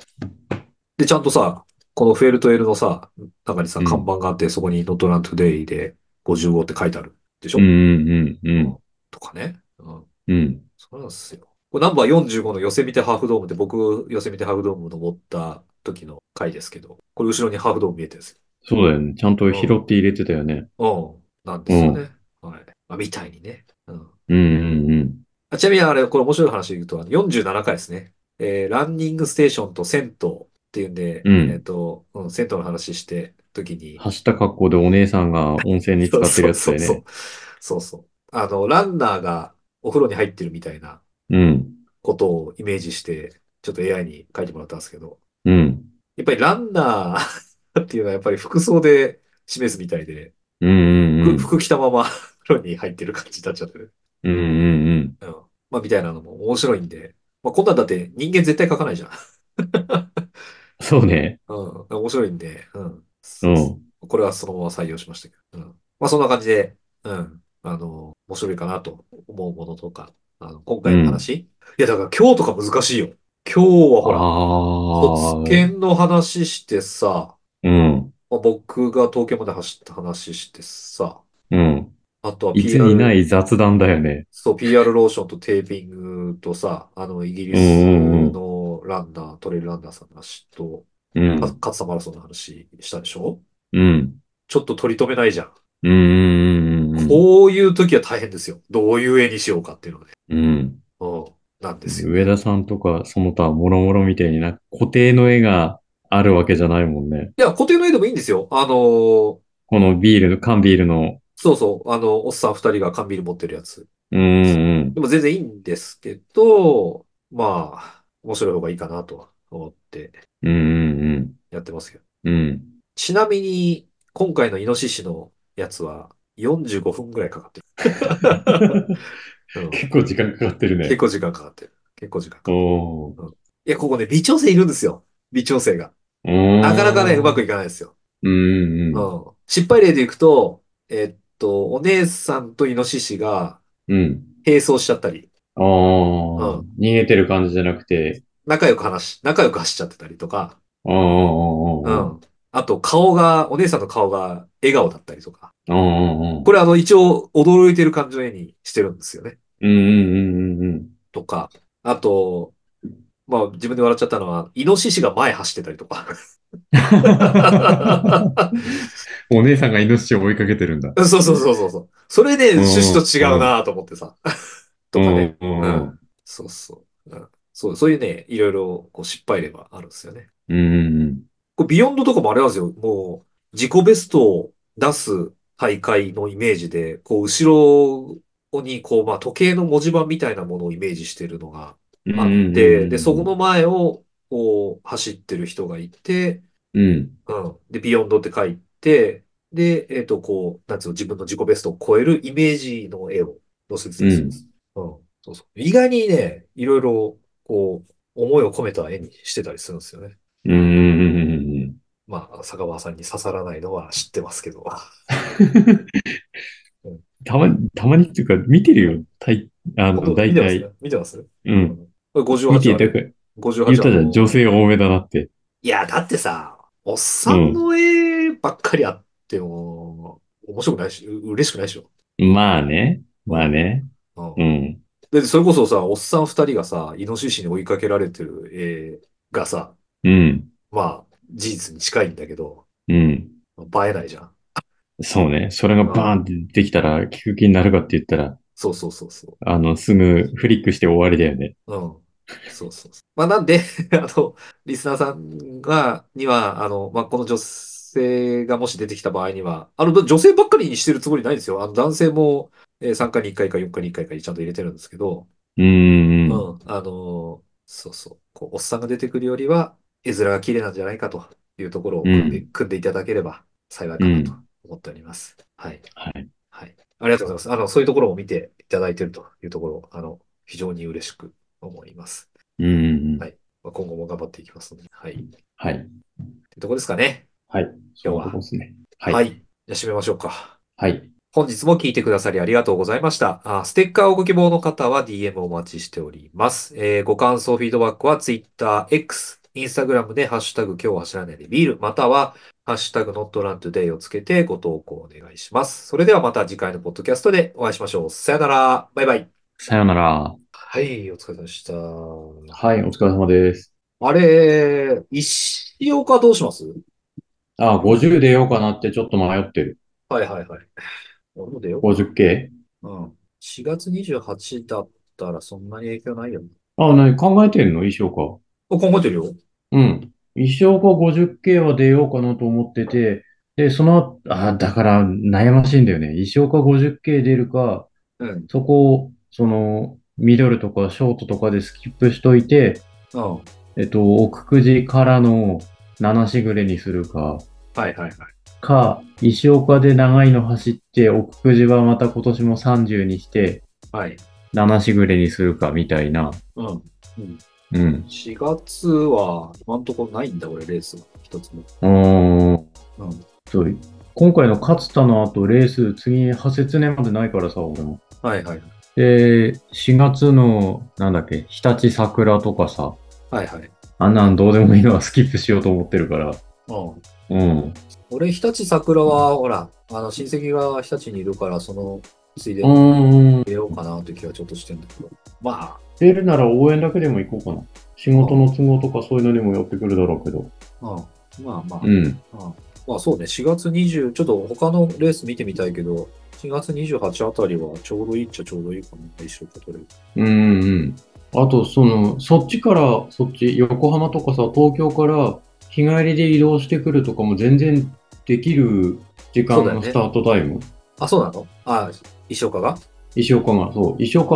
[SPEAKER 2] で、ちゃんとさ、このフェルトエルのさ、中にさ、
[SPEAKER 1] うん
[SPEAKER 2] 看板があって、そこにノットラントゥデイで55って書いてあるでしょ
[SPEAKER 1] うんうんうん
[SPEAKER 2] とかね。うん。
[SPEAKER 1] うん。うん。
[SPEAKER 2] そうなんですよ。これナンバー45のヨセミテハーフドームって僕、ヨセミテハーフドーム登った時の回ですけど、これ後ろにハーフドーム見えてるんです
[SPEAKER 1] そうだよね。ちゃんと拾って入れてたよね。
[SPEAKER 2] よ。うん。なんですよね。はい。まあ、みたいにね。うん。
[SPEAKER 1] うんうんうん。
[SPEAKER 2] あちなみにあれ、これ面白い話で言うと、あの47回ですね。えーランニングステーションと銭湯っていうんで、
[SPEAKER 1] うん
[SPEAKER 2] えっと、うん、銭湯の話して時に、
[SPEAKER 1] 走った格好でお姉さんが温泉に使ってるやつだよ
[SPEAKER 2] そう
[SPEAKER 1] ね。
[SPEAKER 2] そうそう。そうそう。あの、ランナーがお風呂に入ってるみたいな
[SPEAKER 1] うん。
[SPEAKER 2] ことをイメージして、ちょっと AI に書いてもらったんですけど、
[SPEAKER 1] うん。
[SPEAKER 2] やっぱりランナーっていうのはやっぱり服装で示すみたいで、
[SPEAKER 1] うんうんう
[SPEAKER 2] 服
[SPEAKER 1] ん。
[SPEAKER 2] 服着たまま 風呂に入ってる感じになっちゃってる。
[SPEAKER 1] うんうんうん。
[SPEAKER 2] うん。まあ、みたいなのも面白いんで、まあ、こんなんだって人間絶対書かないじゃん。
[SPEAKER 1] そうね。
[SPEAKER 2] うん。面白いんで、うん。
[SPEAKER 1] うん。
[SPEAKER 2] これはそのまま採用しましたけど。うん。まあそんな感じで、うん。あの、面白いかなと思うものとか、あの、今回の話。いや、だから今日とか難しいよ。今日はほら、
[SPEAKER 1] ああ。
[SPEAKER 2] 卒検の話してさ、
[SPEAKER 1] うん。
[SPEAKER 2] まあ僕が東京まで走った話してさ、
[SPEAKER 1] うん。
[SPEAKER 2] あとはい
[SPEAKER 1] つにな
[SPEAKER 2] PR、
[SPEAKER 1] い雑談だよね。
[SPEAKER 2] そう、PR ローションとテーピングとさ、あの、イギリスのランナー、トレイルランナーさんの話と、
[SPEAKER 1] う
[SPEAKER 2] か
[SPEAKER 1] ん。
[SPEAKER 2] 勝田マラソンの話したでしょ
[SPEAKER 1] うん。
[SPEAKER 2] ちょっと取り留めないじゃん。
[SPEAKER 1] うんうんうんうん。
[SPEAKER 2] こういう時は大変ですよ。どういう絵にしようかっていうので。
[SPEAKER 1] うん。
[SPEAKER 2] うん。なんですよ。
[SPEAKER 1] 上田さんとかその他もろもろみたいにな、固定の絵があるわけじゃないもんね。
[SPEAKER 2] いや、固定の絵でもいいんですよ。あのー
[SPEAKER 1] このビールの、缶ビールの、
[SPEAKER 2] そうそう、あの、おっさん二人が缶ビール持ってるやつ。
[SPEAKER 1] うんうん
[SPEAKER 2] でも全然いいんですけど、まあ、面白い方がいいかなとは思って
[SPEAKER 1] うん、うんうん
[SPEAKER 2] やってますけど。
[SPEAKER 1] うん、 うん。
[SPEAKER 2] ちなみに、今回のイノシシのやつは45分ぐらいかかってる。うん、
[SPEAKER 1] 結構時間かかってる
[SPEAKER 2] 結
[SPEAKER 1] ね。
[SPEAKER 2] 構時間かかってる。結構時間かかる。
[SPEAKER 1] おー
[SPEAKER 2] いや、ここね、微調整いるんですよ。微調整が。なかなかね、うまくいかないですよ。
[SPEAKER 1] うんうん
[SPEAKER 2] うん失敗例でいくと、えっと、お姉さんとイノシシが
[SPEAKER 1] うん。
[SPEAKER 2] 並走しちゃったり、
[SPEAKER 1] ああー、逃げてる感じじゃなくて、
[SPEAKER 2] 仲良く話し、仲良く走っちゃってたりとか、
[SPEAKER 1] ああ、あ
[SPEAKER 2] う
[SPEAKER 1] あ、
[SPEAKER 2] ん。あと、顔が、お姉さんの顔が笑顔だったりとか。
[SPEAKER 1] ああ、うん
[SPEAKER 2] これ、あの、一応、驚いてる感じの絵にしてるんですよね。
[SPEAKER 1] うんうんうん。
[SPEAKER 2] とか。あと、まあ、自分で笑っちゃったのは、イノシシが前走ってたりと か。
[SPEAKER 1] お姉さんがイノシシを追いかけてるんだ。
[SPEAKER 2] そうそうそうそうそう。それで、
[SPEAKER 1] うん
[SPEAKER 2] 趣旨と違うなと思ってさ。とかね。
[SPEAKER 1] うん
[SPEAKER 2] うんそうそう。うんそう、そういうね、いろいろこう失敗例はあるんですよね。
[SPEAKER 1] うんうん
[SPEAKER 2] これビヨンドとかもあれなんですよ。もう、自己ベストを出す大会のイメージで、こう、後ろに、こう、まあ、時計の文字盤みたいなものをイメージしてるのが
[SPEAKER 1] うん。
[SPEAKER 2] あって、で、そこの前を、こう、走ってる人がいて、
[SPEAKER 1] うん、
[SPEAKER 2] うん。で、ビヨンドって書いて、で、えっと、こう、なんつうの、自分の自己ベストを超えるイメージの絵を載せてたりするんです。うん。そうそう。意外にね、いろいろ、こう、思いを込めた絵にしてたりするんですよね。
[SPEAKER 1] うんうんうんうんうん。
[SPEAKER 2] まあ、坂川さんに刺さらないのは知ってますけど。
[SPEAKER 1] たまに、たまにっていうか、見てるよ。たい、あの、
[SPEAKER 2] 見
[SPEAKER 1] 大
[SPEAKER 2] てます
[SPEAKER 1] 体。
[SPEAKER 2] 見てます
[SPEAKER 1] うん。
[SPEAKER 2] これ58
[SPEAKER 1] 見て、
[SPEAKER 2] 話
[SPEAKER 1] だ
[SPEAKER 2] ね
[SPEAKER 1] から、
[SPEAKER 2] 58
[SPEAKER 1] 言ったじゃ
[SPEAKER 2] 話
[SPEAKER 1] ん、
[SPEAKER 2] の
[SPEAKER 1] 女性多めだなって。
[SPEAKER 2] いや、だってさ、おっさんの絵ばっかりあっても、面白くないし、う嬉しくないでしょ。
[SPEAKER 1] まあね。まあね。
[SPEAKER 2] うん
[SPEAKER 1] うん。
[SPEAKER 2] で、それこそさ、おっさん二人がさ、イノシシに追いかけられてる絵がさ、
[SPEAKER 1] うん。
[SPEAKER 2] まあ、事実に近いんだけど、
[SPEAKER 1] うん。
[SPEAKER 2] 映えないじゃん。
[SPEAKER 1] そうね。それがバーンってできたら、聞く気になるかって言ったら、
[SPEAKER 2] そうそうそうそ
[SPEAKER 1] あの、すぐフリックして終わりだよね。
[SPEAKER 2] う。うん。そうそうそう。まあ、なんで、 あの、リスナーさんが、には、あの、まあ、この女性がもし出てきた場合には、あの、女性ばっかりにしてるつもりないんですよ。あの、男性も、え3回に1回か4回に1回かにちゃんと入れてるんですけど、
[SPEAKER 1] うん。
[SPEAKER 2] うん、あの、そうそう。こう、おっさんが出てくるよりは、絵面が綺麗なんじゃないかというところを
[SPEAKER 1] うん
[SPEAKER 2] 組んで、組んでいただければ幸いかなと思っております。はい。
[SPEAKER 1] はい。
[SPEAKER 2] はい。ありがとうございます。あの、そういうところを見ていただいているというところ、あの、非常に嬉しく思います。
[SPEAKER 1] うんうんうん。
[SPEAKER 2] はいまあ、今後も頑張っていきますので、はい。って
[SPEAKER 1] はい。
[SPEAKER 2] ところですかね。
[SPEAKER 1] はい。
[SPEAKER 2] 今日は
[SPEAKER 1] そうですね。は。
[SPEAKER 2] はいい。じゃあ締めましょうか。
[SPEAKER 1] はい。
[SPEAKER 2] 本日も聞いてくださりありがとうございました。あステッカーをご希望の方は DM をお待ちしております。えーご感想、フィードバックは Twitter、X、Instagram でハッシュタグ今日は走らないでビール、またはハッシュタグ NotRunToday をつけてご投稿お願いします。それではまた次回のポッドキャストでお会いしましょう。さよなら。バイバイ。
[SPEAKER 1] さよなら。
[SPEAKER 2] はい、お疲れ様でした。
[SPEAKER 1] はい、お疲れ様です。
[SPEAKER 2] あれ、石岡どうします
[SPEAKER 1] あ、50出ようかなってちょっと迷ってる。
[SPEAKER 2] はいはいはい。俺も出よう。
[SPEAKER 1] 50系
[SPEAKER 2] うん。4月28だったらそんなに影響ないよね。
[SPEAKER 1] あ、なに考えてんの衣装か。
[SPEAKER 2] あ考えてるよ。
[SPEAKER 1] うん。衣装か 50K は出ようかなと思ってて、で、その、あ、だから悩ましいんだよね。衣装か 50K 出るか、
[SPEAKER 2] うん。
[SPEAKER 1] そこを、その、ミドルとかショートとかでスキップしといて、
[SPEAKER 2] うん。は
[SPEAKER 1] えっと、奥くじからの7しぐれにするか、
[SPEAKER 2] いはいはい。
[SPEAKER 1] か、石岡で長いの走って、奥くじはまた今年も30にして、
[SPEAKER 2] はい。
[SPEAKER 1] 7しぐれにするかみたいな。
[SPEAKER 2] うん。
[SPEAKER 1] うん。
[SPEAKER 2] 4月は今んとこないんだ、俺、レースは。一つも。
[SPEAKER 1] うーん。
[SPEAKER 2] うん。
[SPEAKER 1] そう。今回の勝田の後、レース、次、破節年までないからさ、俺も。
[SPEAKER 2] はいはい。
[SPEAKER 1] で、4月の、なんだっけ、日立桜とかさ、
[SPEAKER 2] はいはい。
[SPEAKER 1] あんなんどうでもいいのはスキップしようと思ってるから。
[SPEAKER 2] うん。
[SPEAKER 1] うん。
[SPEAKER 2] 俺、日立桜は、ほら、あの、親戚が日立にいるから、その、ついでに
[SPEAKER 1] うん。
[SPEAKER 2] 出ようかなという気はちょっとしてんだけど。ま
[SPEAKER 1] 出るなら応援だけでも行こうかな。仕事の都合とかそういうのにも寄ってくるだろうけど。
[SPEAKER 2] あ、うん。まあまあ。
[SPEAKER 1] うん。
[SPEAKER 2] まあそうね、4月20、ちょっと他のレース見てみたいけど、4月28あたりはちょうどいいっちゃちょうどいいかな、一緒か取れる。
[SPEAKER 1] うんうん。あと、その、そっちから、そっち、横浜とかさ、東京から日帰りで移動してくるとかも全然できる時間のスタートタイム。
[SPEAKER 2] あ、そうなのあ、石岡が
[SPEAKER 1] 石岡が、そう、石
[SPEAKER 2] あ
[SPEAKER 1] 岡、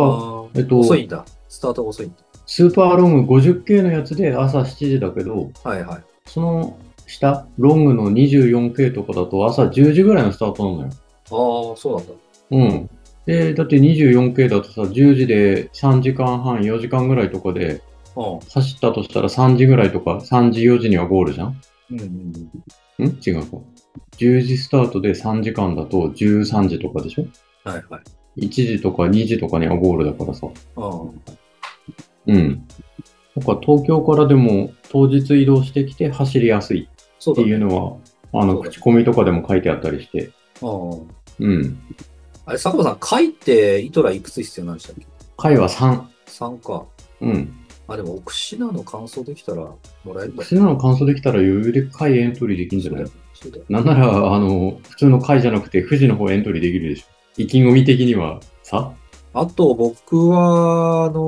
[SPEAKER 1] え
[SPEAKER 2] ー
[SPEAKER 1] っと
[SPEAKER 2] 遅いんだ。スタートが遅いんだ。
[SPEAKER 1] スーパーロング50系のやつで朝7時だけど、
[SPEAKER 2] はいはい。
[SPEAKER 1] その下、ロングの 24K とかだと朝10時ぐらいのスタートなのよ。
[SPEAKER 2] ああ、そうなんだ。
[SPEAKER 1] うん。で、だって 24K だとさ、10時で3時間半、4時間ぐらいとかで、
[SPEAKER 2] う
[SPEAKER 1] 走ったとしたら3時ぐらいとか、3時、4時にはゴールじゃんん
[SPEAKER 2] ん。うん。
[SPEAKER 1] 違うか。10時スタートで3時間だと13時とかでしょ
[SPEAKER 2] はいはい。
[SPEAKER 1] ?1 時とか2時とかにはゴールだからさ。
[SPEAKER 2] うん。
[SPEAKER 1] うん。なんか東京からでも当日移動してきて走りやすい
[SPEAKER 2] そ
[SPEAKER 1] って
[SPEAKER 2] う
[SPEAKER 1] い
[SPEAKER 2] だ
[SPEAKER 1] う
[SPEAKER 2] ね。
[SPEAKER 1] のは、あの、
[SPEAKER 2] そうだね
[SPEAKER 1] 口コミとかでも書いてあったりして。
[SPEAKER 2] うん。
[SPEAKER 1] うん。
[SPEAKER 2] あれ、佐久間さん、貝ってイトラいくつ必要なんでしたっけ
[SPEAKER 1] 回は3。
[SPEAKER 2] ?3 か。
[SPEAKER 1] うん。
[SPEAKER 2] あ、でも、オクシナの感想できたらもらえるか。
[SPEAKER 1] そんなの完走できたら余裕で回エントリーできるんじゃない
[SPEAKER 2] そうだよ。
[SPEAKER 1] なんなら、あの、普通の回じゃなくて、富士の方エントリーできるでしょ。意気込み的にはさ、
[SPEAKER 2] あと、僕は、あの、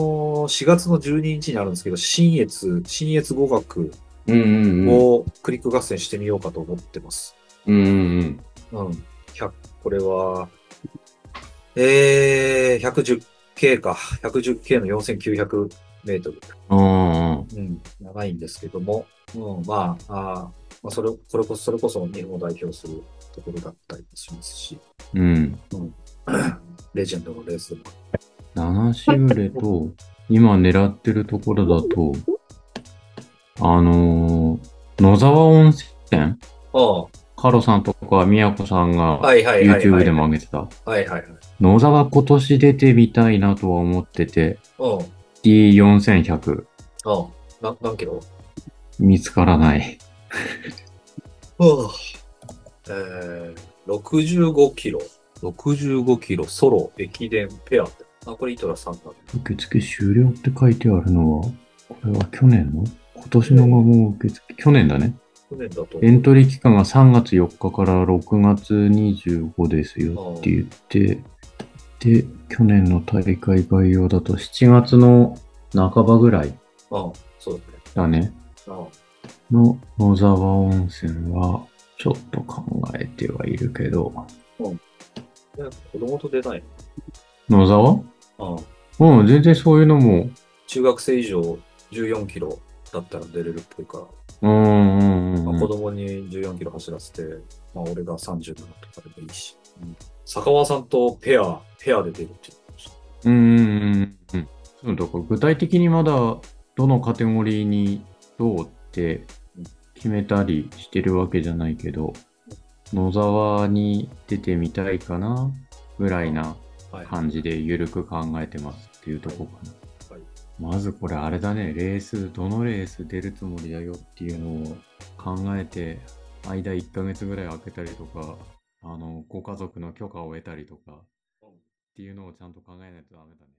[SPEAKER 2] 4月の12日にあるんですけど、新越、新越語学
[SPEAKER 1] うんうんうん。
[SPEAKER 2] をクリック合戦してみようかと思ってます。
[SPEAKER 1] うんうんうん。
[SPEAKER 2] うん。100、これは、えー、110K か。110K の4900メートル。
[SPEAKER 1] あ
[SPEAKER 2] うん、長いんですけども、うん、まあ、あーまあ、それ、これこそ、それこそ日本を代表するところだったりもしますし、
[SPEAKER 1] あ。うん。
[SPEAKER 2] レジェンドのレースでも。
[SPEAKER 1] 七しぐれと、今狙ってるところだと、あのー野沢温泉
[SPEAKER 2] あ
[SPEAKER 1] カロさんとか、宮子さん
[SPEAKER 2] あ、は
[SPEAKER 1] が
[SPEAKER 2] いはいはいは
[SPEAKER 1] YouTube
[SPEAKER 2] い。
[SPEAKER 1] でも上げてた。
[SPEAKER 2] はいはいはい。
[SPEAKER 1] 野沢今年出てみたいなとは思ってて、
[SPEAKER 2] うん、
[SPEAKER 1] D4100
[SPEAKER 2] うん。な何キロ
[SPEAKER 1] 見つからない。
[SPEAKER 2] はあ、えー、65キロ。65キロ、ソロ、駅伝、ペアって。あ、これイトラさんだね。
[SPEAKER 1] 受付終了って書いてあるのは、これは去年の今年のがもう受付、去年だね。
[SPEAKER 2] 去年だと。
[SPEAKER 1] エントリー期間が3月4日から6月25ですよって言って、で、去年の大会概要だと7月の半ばぐらい
[SPEAKER 2] うん、そうだね。
[SPEAKER 1] だね。
[SPEAKER 2] うん。
[SPEAKER 1] の野沢温泉は、ちょっと考えてはいるけど、
[SPEAKER 2] ね子供と出ない
[SPEAKER 1] 野沢
[SPEAKER 2] の。うん。
[SPEAKER 1] うん、全然そういうのも、
[SPEAKER 2] 中学生以上14キロだったら出れるっぽいか
[SPEAKER 1] う
[SPEAKER 2] ら、
[SPEAKER 1] んうんうん
[SPEAKER 2] まあ、
[SPEAKER 1] う
[SPEAKER 2] 子
[SPEAKER 1] ん。
[SPEAKER 2] 供に14キロ走らせて、まあ、俺が37とかでもいいし、うん坂和さんとペア、ペアで出るっていう。
[SPEAKER 1] うんうんうんうん。そうだから具体的にまだどのカテゴリーにどうって決めたりしてるわけじゃないけど、野沢に出てみたいかなぐらいな
[SPEAKER 2] はい。
[SPEAKER 1] 感じで緩く考えてますっていうとこかな
[SPEAKER 2] はい。
[SPEAKER 1] まずこれあれだね、レース、どのレース出るつもりだよっていうのを考えて、間1ヶ月ぐらい空けたりとか、あの、ご家族の許可を得たりとか、っていうのをちゃんと考えないとダメだね。